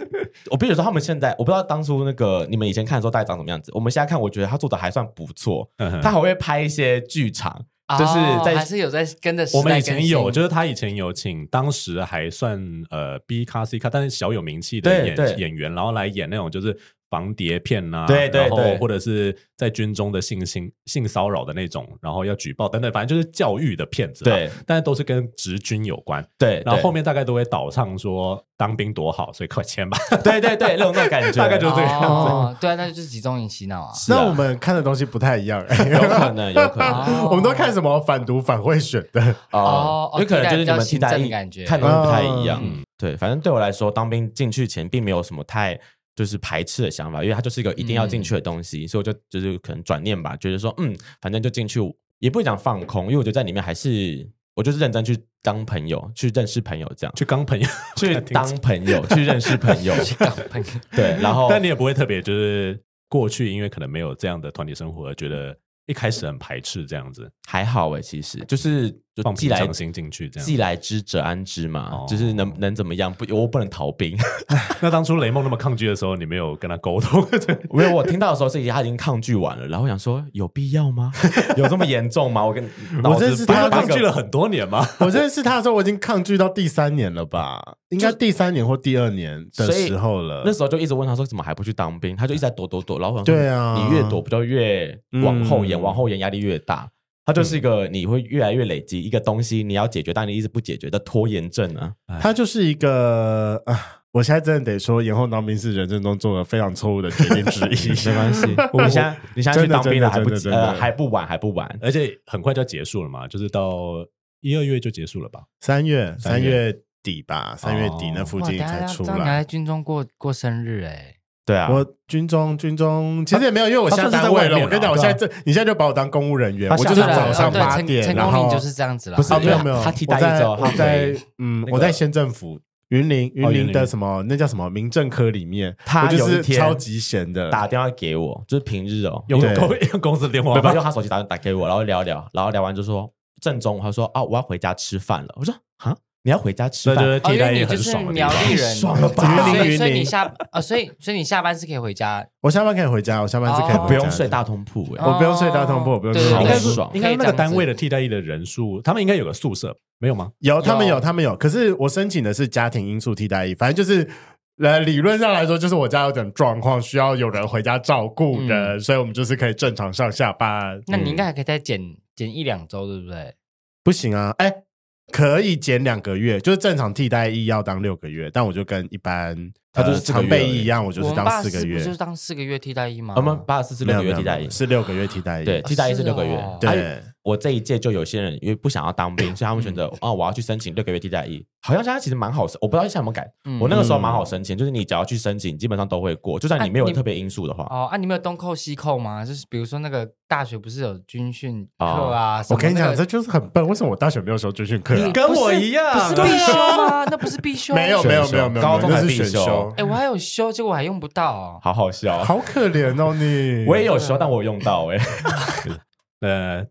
Speaker 3: 我必须说，他们现在我不知道当初那个你们以前看的时候大概长什么样子，我们现在看，我觉得他做的还算不错，
Speaker 4: 嗯哼
Speaker 3: 他还会拍一些剧场，
Speaker 2: 哦
Speaker 3: 就是在
Speaker 2: 还是有在跟着时代
Speaker 4: 我们以前
Speaker 2: 更新
Speaker 4: 有，就是他以前有请当时还算呃 B 咖 C 咖，但是小有名气的
Speaker 3: 对
Speaker 4: 演
Speaker 3: 对
Speaker 4: 演员，然后来演那种就是防谍片呐、
Speaker 3: 对对
Speaker 4: 然后
Speaker 3: 对
Speaker 4: 或者是在军中的性性性骚扰的那种，然后要举报等等，反正就是教育的片子、
Speaker 3: 对，
Speaker 4: 但是都是跟职军有关。
Speaker 3: 对，
Speaker 4: 啊然后
Speaker 3: 对
Speaker 4: 后面大概都会导唱说当兵多好，所以快签吧。
Speaker 3: 对对对，那种那种感觉，
Speaker 4: 大概就是这个样子
Speaker 2: 哦，对啊，那就是集中营洗脑啊，
Speaker 3: 是啊
Speaker 1: 那我们看的东西不太一样，哎
Speaker 3: 有可能有可能
Speaker 2: 哦
Speaker 1: 我们都看什么反毒反贿选 的，
Speaker 2: 哦
Speaker 3: 有可能就是你们
Speaker 2: 替
Speaker 3: 替
Speaker 2: 代比较行
Speaker 3: 代
Speaker 2: 政的感觉
Speaker 3: 看的不太一样
Speaker 4: 嗯。
Speaker 3: 对，反正对我来说，当兵进去前并没有什么太。就是排斥的想法，因为它就是一个一定要进去的东西，所以我就就是可能转念吧，觉得说，嗯，反正就进去，也不会讲放空，因为我觉得在里面还是我就是认真去当朋友，去认识朋友，这样
Speaker 4: 去刚朋友，
Speaker 3: 去当朋友，去认识朋 友，
Speaker 2: 去搞朋友。
Speaker 3: 对，然后
Speaker 4: 但你也不会特别就是过去，因为可能没有这样的团体生活，而觉得一开始很排斥这样子，
Speaker 3: 还好哎、其实就是就
Speaker 4: 放
Speaker 3: 既
Speaker 4: 平
Speaker 3: 来
Speaker 4: 常心进去这
Speaker 3: 既
Speaker 4: 样。
Speaker 3: 来之则安之嘛，
Speaker 4: 哦
Speaker 3: 就是能能怎么样？不，我不能逃兵。
Speaker 4: 那当初雷梦那么抗拒的时候，你没有跟他沟通，
Speaker 3: 没有，我听到的时候是已经他已经抗拒完了，然后我想说有必 要吗？有这么严重吗？我跟
Speaker 1: 我
Speaker 3: 脑
Speaker 1: 真
Speaker 3: 子
Speaker 1: 是
Speaker 4: 不
Speaker 1: 他
Speaker 4: 是
Speaker 3: 八
Speaker 4: 抗
Speaker 3: 八
Speaker 4: 拒
Speaker 3: 个
Speaker 4: 了很多年吗？
Speaker 1: 我认识他的时候，我已经抗拒到第三年了吧？应该第三年或第二年的时候了。
Speaker 3: 那时候就一直问他说怎么还不去当兵，他就一直在躲躲躲。然后我想说
Speaker 1: 对啊
Speaker 3: 你越躲不就越往后延，
Speaker 1: 嗯
Speaker 3: 往后延压力越大。他就是一个你会越来越累积一个东西，你要解决，但你一直不解决的拖延症啊。
Speaker 1: 他就是一个啊，我现在真的得说，延后当兵是人生中做的非常错误的决定之 一。
Speaker 3: 没关系， 我现在你现在去
Speaker 1: 真的
Speaker 3: 当兵了还
Speaker 1: 真
Speaker 3: 不
Speaker 1: 的
Speaker 3: 及
Speaker 1: 真的
Speaker 3: 呃
Speaker 1: 真的
Speaker 3: 还不晚还不晚。
Speaker 4: 而且很快就要结束了嘛，就是到一二月就结束了吧？
Speaker 1: 三月
Speaker 4: 三
Speaker 1: 三
Speaker 4: 月
Speaker 1: 月底吧，三月底那附
Speaker 2: 哦哇，
Speaker 1: 近
Speaker 2: 等下
Speaker 1: 才
Speaker 2: 要
Speaker 1: 出
Speaker 2: 知道你还
Speaker 1: 来
Speaker 2: 在。军中过过生日哎，
Speaker 3: 对啊，
Speaker 1: 我军中军中其实也没有，因为我
Speaker 4: 他
Speaker 1: 现在
Speaker 4: 算是在
Speaker 1: 单位
Speaker 4: 外
Speaker 1: 了。
Speaker 4: 面
Speaker 1: 我跟你讲，
Speaker 4: 啊
Speaker 1: 我
Speaker 4: 对
Speaker 1: 现
Speaker 4: 啊
Speaker 1: 在这你现在就把我当公务人员，
Speaker 3: 他
Speaker 1: 我
Speaker 3: 下
Speaker 1: 就
Speaker 3: 班
Speaker 1: 是
Speaker 3: 了
Speaker 1: 早上
Speaker 2: 啊对
Speaker 1: 八
Speaker 2: 成
Speaker 1: 点，
Speaker 2: 成
Speaker 1: 然
Speaker 2: 功
Speaker 1: 后
Speaker 2: 岭就是这样子啦，
Speaker 3: 不是
Speaker 1: 啊，没
Speaker 3: 因
Speaker 1: 有
Speaker 3: 为
Speaker 1: 没有，
Speaker 3: 他替代
Speaker 1: 我
Speaker 3: 役之
Speaker 1: 在
Speaker 3: 后
Speaker 1: 我
Speaker 3: 他
Speaker 1: 在
Speaker 3: 回
Speaker 1: 嗯，
Speaker 3: 那
Speaker 1: 我在
Speaker 3: 个
Speaker 1: 县政府云林云
Speaker 4: 哦云
Speaker 1: 林的
Speaker 4: 林
Speaker 1: 什么那叫什么民政科里面，
Speaker 3: 他
Speaker 1: 我就
Speaker 3: 有一
Speaker 1: 是
Speaker 3: 天
Speaker 1: 超级闲的，
Speaker 3: 打电话给我，就是平日哦，
Speaker 4: 用
Speaker 1: 对
Speaker 4: 公用公司电话
Speaker 3: 没
Speaker 4: 吧
Speaker 3: 办法，用他手机打打给我，然后聊聊，然后聊完就说正中午，他说啊，我要回家吃饭了。我说啊，你要回家吃
Speaker 4: 那就
Speaker 3: 饭
Speaker 4: 是？
Speaker 2: 哦，
Speaker 4: 替
Speaker 2: 因为
Speaker 4: 代役
Speaker 2: 你就
Speaker 4: 很
Speaker 2: 是
Speaker 4: 爽的地
Speaker 2: 苗
Speaker 4: 方。
Speaker 2: 栗人，
Speaker 3: 爽了吧
Speaker 2: 所
Speaker 1: 云
Speaker 2: 以
Speaker 1: 林
Speaker 2: 所以
Speaker 1: 云林
Speaker 2: 你下啊，所以所以你下班是可以回家，
Speaker 1: 我下班可以回家，我下班是可以回
Speaker 2: 哦
Speaker 1: 家
Speaker 3: 不用睡，大通铺哎、
Speaker 1: 我不用睡大通铺我不用
Speaker 2: 对
Speaker 1: 睡
Speaker 2: 对
Speaker 1: 大
Speaker 4: 应
Speaker 2: 对
Speaker 4: 该
Speaker 3: 通铺
Speaker 4: 是
Speaker 3: 爽
Speaker 4: 应该那个单位
Speaker 2: 的。
Speaker 4: 的替代役的人数，他们应该有个宿舍，没有吗？
Speaker 1: 有他们有
Speaker 2: 有
Speaker 1: 他们有，可是我申请的是家庭因素替代役，反正就是。呃，理论上来说，就是我家有点状况，需要有人回家照顾的，所以我们就是可以正常上下班。
Speaker 2: 那你应该还可以再减减一两周，对不对？
Speaker 1: 不行啊，哎、可以减两个月，就是正常替代役要当六个月，但我就跟一般
Speaker 3: 他就是
Speaker 1: 呃
Speaker 3: 四个
Speaker 1: 常
Speaker 3: 月
Speaker 1: 备役一样，我就
Speaker 2: 我
Speaker 1: 是
Speaker 2: 们爸
Speaker 1: 当
Speaker 2: 四
Speaker 1: 四个月
Speaker 2: 不，就是当四个月替代役吗？
Speaker 3: 我们八十四是
Speaker 1: 没有
Speaker 3: 六个月替代
Speaker 1: 没有
Speaker 3: 役，
Speaker 1: 是六个月替代役，
Speaker 3: 对，替代役是六个月
Speaker 2: 是
Speaker 1: 啊
Speaker 2: 哦。
Speaker 1: 对
Speaker 3: 哎我这一届就有些人因为不想要当兵，所以 他们选择啊，我要去申请六个月替代役。好像现在其实蛮好申，我不知道现在有没有改。
Speaker 2: 嗯
Speaker 3: 我那个时候蛮好申请，就是你只要去申请，基本上都会过，就算你没有
Speaker 2: 啊你
Speaker 3: 特别因素的话。
Speaker 2: 哦，啊，你们有东扣西扣吗？就是比如说那个大学不是有军训课啊？什
Speaker 1: 哦我
Speaker 2: 么那个
Speaker 1: 跟你讲，这就是很笨。为什么我大学没有修军训课、啊？
Speaker 3: 跟我一样
Speaker 2: 不是必修吗？那不是必修？
Speaker 1: 没有，没有，没有，没有，
Speaker 3: 高中
Speaker 1: 那
Speaker 3: 还
Speaker 1: 是
Speaker 3: 必
Speaker 1: 选
Speaker 3: 修
Speaker 1: 修，
Speaker 2: 哎，我还有修，结果我还用不到 哦。
Speaker 3: 好好笑哦，
Speaker 1: 好可怜哦你。
Speaker 3: 我也有时候，但我有用到哎。
Speaker 4: 呃，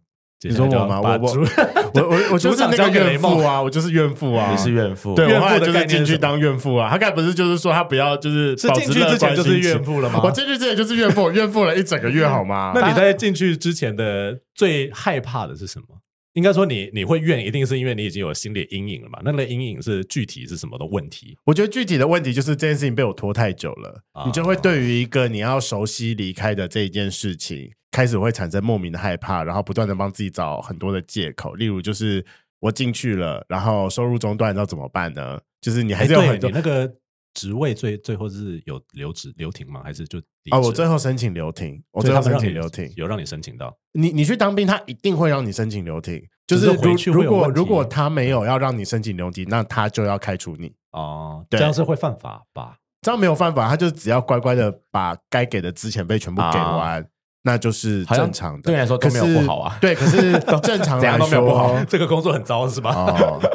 Speaker 4: 你
Speaker 1: 你说我吗？我我我我我就
Speaker 4: 组
Speaker 1: 是
Speaker 4: 长
Speaker 1: 那
Speaker 4: 交
Speaker 1: 个
Speaker 4: 给雷
Speaker 1: 怨妇
Speaker 4: 梦
Speaker 1: 啊，我就是怨妇啊，
Speaker 3: 你是怨妇，
Speaker 1: 对，
Speaker 4: 怨
Speaker 1: 我
Speaker 4: 妇
Speaker 1: 后来
Speaker 4: 的
Speaker 1: 就
Speaker 4: 概
Speaker 1: 是
Speaker 4: 念
Speaker 1: 进
Speaker 4: 是
Speaker 1: 去
Speaker 4: 什么
Speaker 1: 当怨妇啊。他该不是就是说他不要就是
Speaker 4: 是
Speaker 1: 保
Speaker 4: 进
Speaker 1: 持
Speaker 4: 去
Speaker 1: 乐
Speaker 4: 之前
Speaker 1: 观
Speaker 4: 就是
Speaker 1: 心情
Speaker 4: 怨妇了吗
Speaker 1: 我进去之前就是怨妇，怨妇了一整个月好 吗？
Speaker 4: 那你在进去之前的最害怕的是什么？应该说你你会怨，一定是因为你已经有心理阴影了嘛？那个阴影是具体是什么的问题？
Speaker 1: 我觉得具体的问题就是这件事情被我拖太久了，
Speaker 4: 啊
Speaker 1: 你就会对于一个你要熟悉离开的这一件事情，开始会产生莫名的害怕，然后不断的帮自己找很多的借口，例如就是我进去了，然后收入中断，那怎么办呢？就是你还是有
Speaker 4: 哎对
Speaker 1: 很多
Speaker 4: 你那个职位最最后是有留职留停吗？还是就离职
Speaker 1: 哦，我最后申请留停，我
Speaker 4: 所
Speaker 1: 最
Speaker 4: 以
Speaker 1: 后
Speaker 4: 他们
Speaker 1: 申
Speaker 4: 让
Speaker 1: 请
Speaker 4: 你
Speaker 1: 留停。
Speaker 4: 有让你申请到
Speaker 1: 你你去当兵，他一定会让你申请留停。就是
Speaker 4: 只是回
Speaker 1: 如
Speaker 4: 去会
Speaker 1: 如
Speaker 4: 有
Speaker 1: 果
Speaker 4: 问题
Speaker 1: 如果他没有要让你申请留停，那他就要开除你。
Speaker 4: 哦，
Speaker 1: 对
Speaker 4: 这样是会犯法吧？
Speaker 1: 这样没有办法，他就只要乖乖的把该给的资遣费全部给完，那就是
Speaker 3: 啊好像
Speaker 1: 正常的。
Speaker 3: 对你来说都没有不好啊
Speaker 1: 可是对，可是正常
Speaker 3: 怎
Speaker 1: 来
Speaker 3: 样
Speaker 1: 说
Speaker 3: 都没有不好
Speaker 4: 这个工作很糟是吧？
Speaker 1: 哦。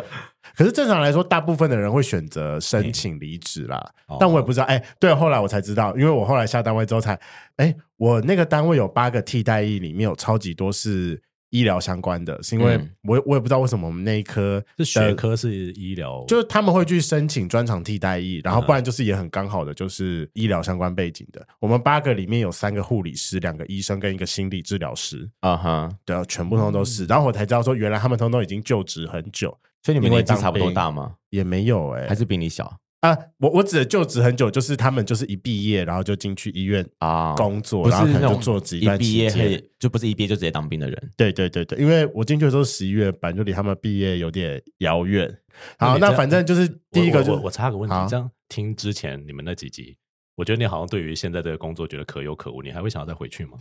Speaker 1: 可是正常来说，大部分的人会选择申请离职啦。
Speaker 4: 哦
Speaker 1: 但我也不知道，哎、对，后来我才知道，因为我后来下单位之后才，哎、我那个单位有八个替代役，里面有超级多是医疗相关的，是因为
Speaker 3: 嗯
Speaker 1: 我、我也不知道为什么我们那一科
Speaker 4: 是
Speaker 1: 的
Speaker 4: 学科是医疗，
Speaker 1: 就是他们会去申请专场替代役，然后不然就是也很刚好的，就是医疗相关背景的。我们八个里面有三个护理师、两个医生跟一个心理治疗师，
Speaker 3: 啊哈，
Speaker 1: 对啊，全部通通都
Speaker 4: 嗯
Speaker 1: 是。然后我才知道说，原来他们通通已经就职很久，
Speaker 3: 所以你们
Speaker 1: 因为
Speaker 3: 年纪
Speaker 1: 当
Speaker 3: 差不多
Speaker 1: 兵
Speaker 3: 大吗？
Speaker 1: 也没有哎、
Speaker 3: 还是比你小
Speaker 1: 啊，我我指的就职很久，就是他们就是一毕业，然后就进去医院
Speaker 3: 啊？
Speaker 1: 工作，
Speaker 3: 不是
Speaker 1: 然后可
Speaker 3: 那
Speaker 1: 能
Speaker 3: 种
Speaker 1: 就做职
Speaker 3: 一
Speaker 1: 段
Speaker 3: 毕
Speaker 1: 期
Speaker 3: 业
Speaker 1: 间。
Speaker 3: 嘿就不是一毕业就直接当兵的人。
Speaker 1: 对对对对，因为我进去的时候十一月，反正就离他们毕业有点遥远。好，
Speaker 4: 你这
Speaker 1: 那
Speaker 4: 样
Speaker 1: 反正就是第一个
Speaker 4: 我
Speaker 1: 就
Speaker 4: 我我我插个问题
Speaker 1: 好，
Speaker 4: 这样听之前你们那几集，我觉得你好像对于现在这个工作觉得可有可无，你还会想要再回去吗？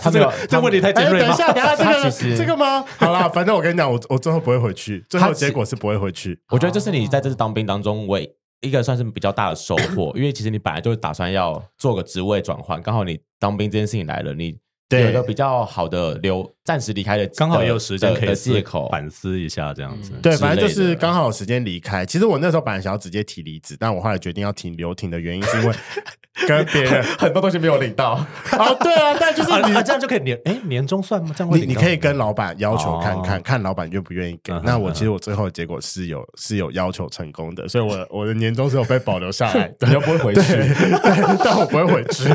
Speaker 3: 他没有
Speaker 4: 这个问题太尖
Speaker 1: 哎，
Speaker 4: 锐
Speaker 1: 等
Speaker 4: 吗
Speaker 1: 一？下， 等一下，这
Speaker 3: 他
Speaker 1: 个
Speaker 3: 其实
Speaker 1: 这个吗？好啦，反正我跟你讲，我我最后不会回去，最后
Speaker 3: 他其
Speaker 1: 结果是不会回去。
Speaker 3: 我觉得这是你在这次当兵当中，我也一个算是比较大的收获，因为其实你本来就打算要做个职位转换，刚好你当兵这件事情来了，你
Speaker 1: 对
Speaker 3: 有一个比较好的留暂时离开的，
Speaker 4: 刚好也有时间
Speaker 3: 的
Speaker 4: 可以
Speaker 3: 的
Speaker 4: 思
Speaker 3: 借口。
Speaker 4: 反思一下这样子。
Speaker 2: 嗯
Speaker 1: 对，
Speaker 3: 之
Speaker 1: 反正就
Speaker 3: 类
Speaker 1: 是
Speaker 3: 的
Speaker 1: 刚好 有时间离开。其实我那时候本来想要直接提离职，但我后来决定要停留停的原因是因为跟别人
Speaker 3: 很多东西没有领到，
Speaker 1: 哦，对啊，但就是
Speaker 4: 啊
Speaker 1: 你
Speaker 4: 啊，这样就可以年哎年终算吗？这样会
Speaker 1: 你
Speaker 4: 领
Speaker 1: 你
Speaker 4: 到
Speaker 1: 可以跟老板要求看看，
Speaker 4: 哦
Speaker 1: 看老板愿不愿意给
Speaker 4: 嗯。哼
Speaker 1: 那我其实我最后的结果是有是有要求成功的，所以我我的年终是有被保留下来的。
Speaker 3: 你又不会回
Speaker 1: 对
Speaker 3: 去。
Speaker 1: 对，但我不会回去。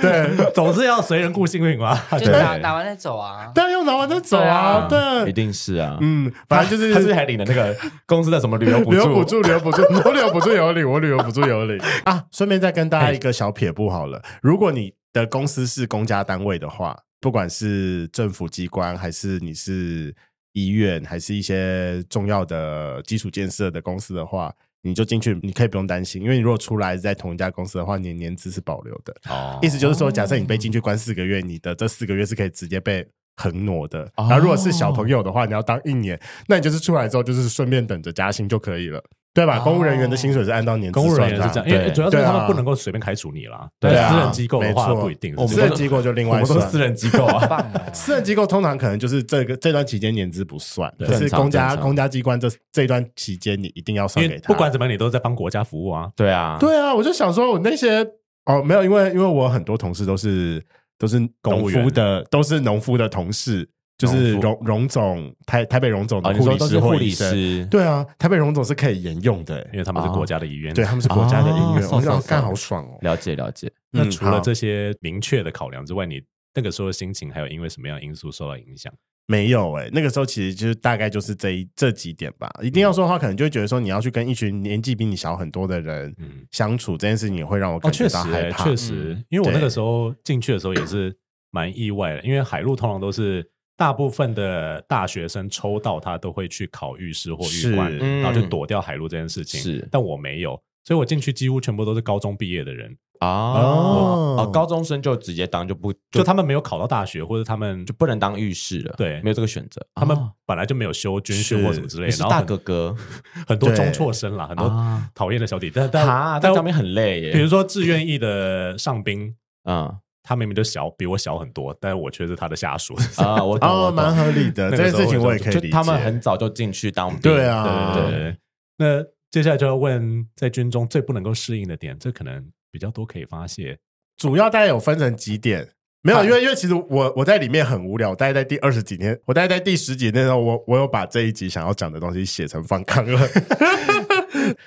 Speaker 1: 对，
Speaker 4: 总是要随人顾性命嘛。
Speaker 2: 就打打完再走啊。
Speaker 1: 但用拿完再走啊。
Speaker 2: 对
Speaker 3: 一
Speaker 1: 对，
Speaker 3: 定是啊，
Speaker 1: 嗯，反正就是
Speaker 3: 他是不是还领了那个公司的什么旅游补
Speaker 1: 旅游
Speaker 3: 助？
Speaker 1: 补助，旅游补助， 我旅游补助有领，我旅游补助有领啊。顺便再跟大家一个小撇步好了，如果你的公司是公家单位的话，不管是政府机关，还是你是医院，还是一些重要的基础建设的公司的话。你就进去，你可以不用担心，因为你如果出来在同一家公司的话，你的年资是保留的。
Speaker 3: 哦
Speaker 1: 意思就是说，假设你被进去关四个月，你的这四个月是可以直接被横挪的。
Speaker 4: 哦
Speaker 1: 然后如果是小朋友的话，你要当一年，那你就是出来之后就是顺便等着加薪就可以了，对吧？
Speaker 2: 哦
Speaker 1: 公务人员的薪水是按照年资
Speaker 4: 公务人
Speaker 1: 算
Speaker 4: 员
Speaker 1: 的啊，
Speaker 4: 是这样，因为
Speaker 3: 对
Speaker 4: 主要是
Speaker 1: 对啊
Speaker 4: 他们不能够随便开除你啦。
Speaker 3: 对
Speaker 4: 但
Speaker 3: 啊
Speaker 4: 私人机构的话
Speaker 1: 没错
Speaker 4: 不一定。
Speaker 3: 我们
Speaker 1: 私
Speaker 4: 是
Speaker 1: 人机构就另
Speaker 3: 我
Speaker 1: 外
Speaker 3: 们都是
Speaker 1: 算。
Speaker 3: 私人机 构 啊，
Speaker 2: 棒 哦！
Speaker 1: 私人机构通常可能就是这个这段期间年资不算，
Speaker 3: 对
Speaker 1: 可是
Speaker 3: 正常
Speaker 1: 公家
Speaker 3: 正常
Speaker 1: 公家机关这这段期间你一定要算
Speaker 4: 因
Speaker 1: 给
Speaker 4: 为
Speaker 1: 他，
Speaker 4: 不管怎么样，你都是在帮国家服务啊。
Speaker 3: 对啊，
Speaker 1: 对啊，我就想说，我那些哦，没有，因为因为我很多同事都是都是
Speaker 4: 公
Speaker 1: 农
Speaker 4: 务员
Speaker 1: 夫的，都是农夫的同事，就是
Speaker 3: 农夫
Speaker 1: 荣荣总台台北荣总的
Speaker 3: 啊，你
Speaker 1: 护
Speaker 3: 说
Speaker 1: 理
Speaker 3: 都
Speaker 1: 师
Speaker 3: 是护
Speaker 1: 或医
Speaker 3: 理
Speaker 1: 生。
Speaker 3: 师，
Speaker 1: 对啊，台北荣总是可以沿用的、欸
Speaker 4: 因为他们是国家的医院。
Speaker 1: 对，他们是国家的医院，
Speaker 3: 哦
Speaker 1: 我想
Speaker 3: 是是
Speaker 1: 干好爽哦。
Speaker 3: 了解了解，
Speaker 4: 那
Speaker 1: 嗯
Speaker 4: 除了
Speaker 1: 好
Speaker 4: 这些明确的考量之外，你那个时候的心情还有因为什么样的因素受到影响？
Speaker 1: 没有哎、那个时候其实就是大概就是这一这几点吧。一定要说的话，可能就会觉得说你要去跟一群年纪比你小很多的人
Speaker 4: 嗯，
Speaker 1: 相处这件事情，也会让我
Speaker 4: 哦，
Speaker 1: 感觉
Speaker 4: 确
Speaker 1: 到
Speaker 4: 实
Speaker 1: 害
Speaker 4: 欸，
Speaker 1: 怕。
Speaker 4: 确实
Speaker 2: 嗯，
Speaker 4: 因为我那
Speaker 1: 对
Speaker 4: 个时候进去的时候也是蛮意外的，因为海陆通常都是大部分的大学生抽到他都会去考律师或
Speaker 1: 是
Speaker 4: 狱官，
Speaker 3: 嗯
Speaker 4: 然后就躲掉海陆这件事情。
Speaker 3: 是
Speaker 4: 但我没有，所以我进去几乎全部都是高中毕业的人，
Speaker 1: 哦
Speaker 3: 哦啊哦，高中生就直接当就不
Speaker 4: 就
Speaker 3: 就
Speaker 4: 他们没有考到大学，或者他们
Speaker 3: 就不能当浴室了，
Speaker 4: 对
Speaker 3: 没有这个选择，
Speaker 4: 他们
Speaker 3: 哦
Speaker 4: 本来就没有修军训
Speaker 1: 是
Speaker 4: 或什么之类
Speaker 3: 你
Speaker 4: 的，
Speaker 3: 是
Speaker 4: 然后
Speaker 3: 大
Speaker 4: 很
Speaker 3: 哥哥，
Speaker 4: 很多
Speaker 1: 对
Speaker 4: 中辍生啦，很多
Speaker 3: 啊
Speaker 4: 讨厌的小弟，但但
Speaker 3: 啊，在
Speaker 4: 但
Speaker 3: 上面很累
Speaker 4: 比如
Speaker 3: 耶，
Speaker 4: 说志愿役的上兵，
Speaker 3: 嗯
Speaker 4: 他明明就小比我小很多，但我却是他的下属。
Speaker 3: 啊，我懂
Speaker 1: 哦，
Speaker 3: 我
Speaker 1: 蛮
Speaker 3: 懂，
Speaker 1: 合理的，
Speaker 4: 那
Speaker 1: 这
Speaker 4: 个时
Speaker 1: 件事
Speaker 4: 候
Speaker 1: 情我也
Speaker 4: 就
Speaker 1: 可以理
Speaker 3: 就
Speaker 1: 解。
Speaker 3: 他们很早就进去当兵，
Speaker 1: 对 啊
Speaker 3: 对对对。
Speaker 4: 对，那接下来就要问，在军中最不能够适应的点，这可能比较多可以发泄。
Speaker 1: 主要大概有分成几点。没有，
Speaker 3: 看
Speaker 1: 因为因为其实我我在里面很无聊，我大概在第二十几天，我大概在第十几天的时候，我我有把这一集想要讲的东西写成方康了。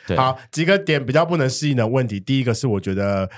Speaker 3: 对
Speaker 1: 好，几个点比较不能适应的问题，第一个是我觉得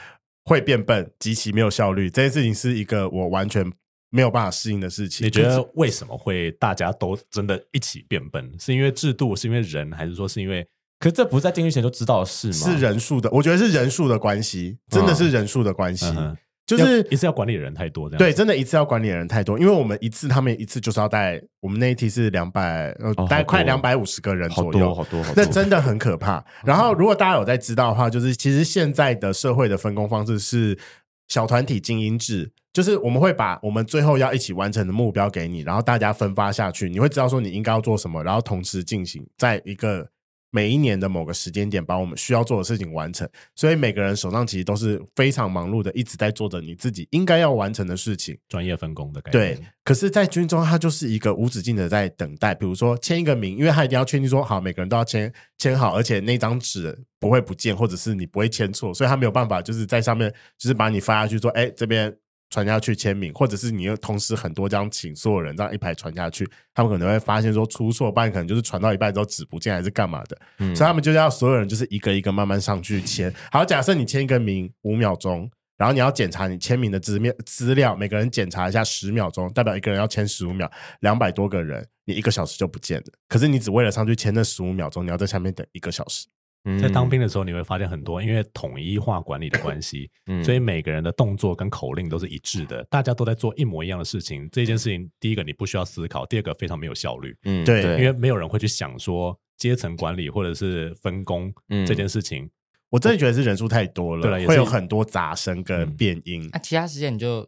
Speaker 1: 会变笨，极其没有效率，这件事情是一个我完全没有办法适应的事情。
Speaker 4: 你觉得为什么会大家都真的一起变笨？是因为制度，是因为人，还是说是因为
Speaker 3: 可是这不是在进去前就知道的事吗？
Speaker 1: 是人数的？我觉得是人数的关系，真的是人数的关系，
Speaker 4: 嗯哼
Speaker 1: 就是
Speaker 4: 要一次要管理人太多这样？
Speaker 1: 对，，真的一次要管理的人太多，因为我们一次他们一次就是要带我们那一梯是两百，呃，
Speaker 3: 哦好
Speaker 1: 大概快
Speaker 3: 多
Speaker 1: 两百五十个人
Speaker 3: 好
Speaker 1: 左
Speaker 3: 多
Speaker 1: 右。
Speaker 3: 好多好多，
Speaker 1: 那真的很可怕。然后，如果大家有在知道的话，就是其实现在的社会的分工方式是小团体精英制，就是我们会把我们最后要一起完成的目标给你，然后大家分发下去，你会知道说你应该要做什么，然后同时进行在一个。每一年的某个时间点，把我们需要做的事情完成，所以每个人手上其实都是非常忙碌的，一直在做着你自己应该要完成的事情。
Speaker 4: 专业分工的概念。
Speaker 1: 对，可是，在军中，他就是一个无止境的在等待。比如说签一个名，因为他一定要确定说好，每个人都要签签好，而且那张纸不会不见，或者是你不会签错，所以他没有办法就是在上面就是把你发下去说，哎，这边传下去签名，或者是你又同时很多张，请所有人这样一排传下去，他们可能会发现说出错，不然可能就是传到一半之后纸不见还是干嘛的，
Speaker 3: 嗯
Speaker 1: 所以他们就要所有人就是一个一个慢慢上去签。好，假设你签一个名五秒钟，然后你要检查你签名的资面资料，每个人检查一下十秒钟，代表一个人要签十五秒，两百多个人，你一个小时就不见了。可是你只为了上去签那十五秒钟，你要在下面等一个小时。
Speaker 3: 嗯
Speaker 4: 在当兵的时候，你会发现很多，因为统一化管理的关系，
Speaker 3: 嗯
Speaker 4: 所以每个人的动作跟口令都是一致的，大家都在做一模一样的事情。这件事情，第一个你不需要思考，第二个非常没有效率，
Speaker 3: 嗯
Speaker 1: 对
Speaker 4: 因为没有人会去想说阶层管理或者是分工
Speaker 3: 嗯
Speaker 4: 这件事情。
Speaker 1: 我真的觉得是人数太多
Speaker 4: 对了也
Speaker 1: 了，
Speaker 4: 是嗯
Speaker 1: 会有很多杂声跟变音。
Speaker 2: 那啊其他时间你就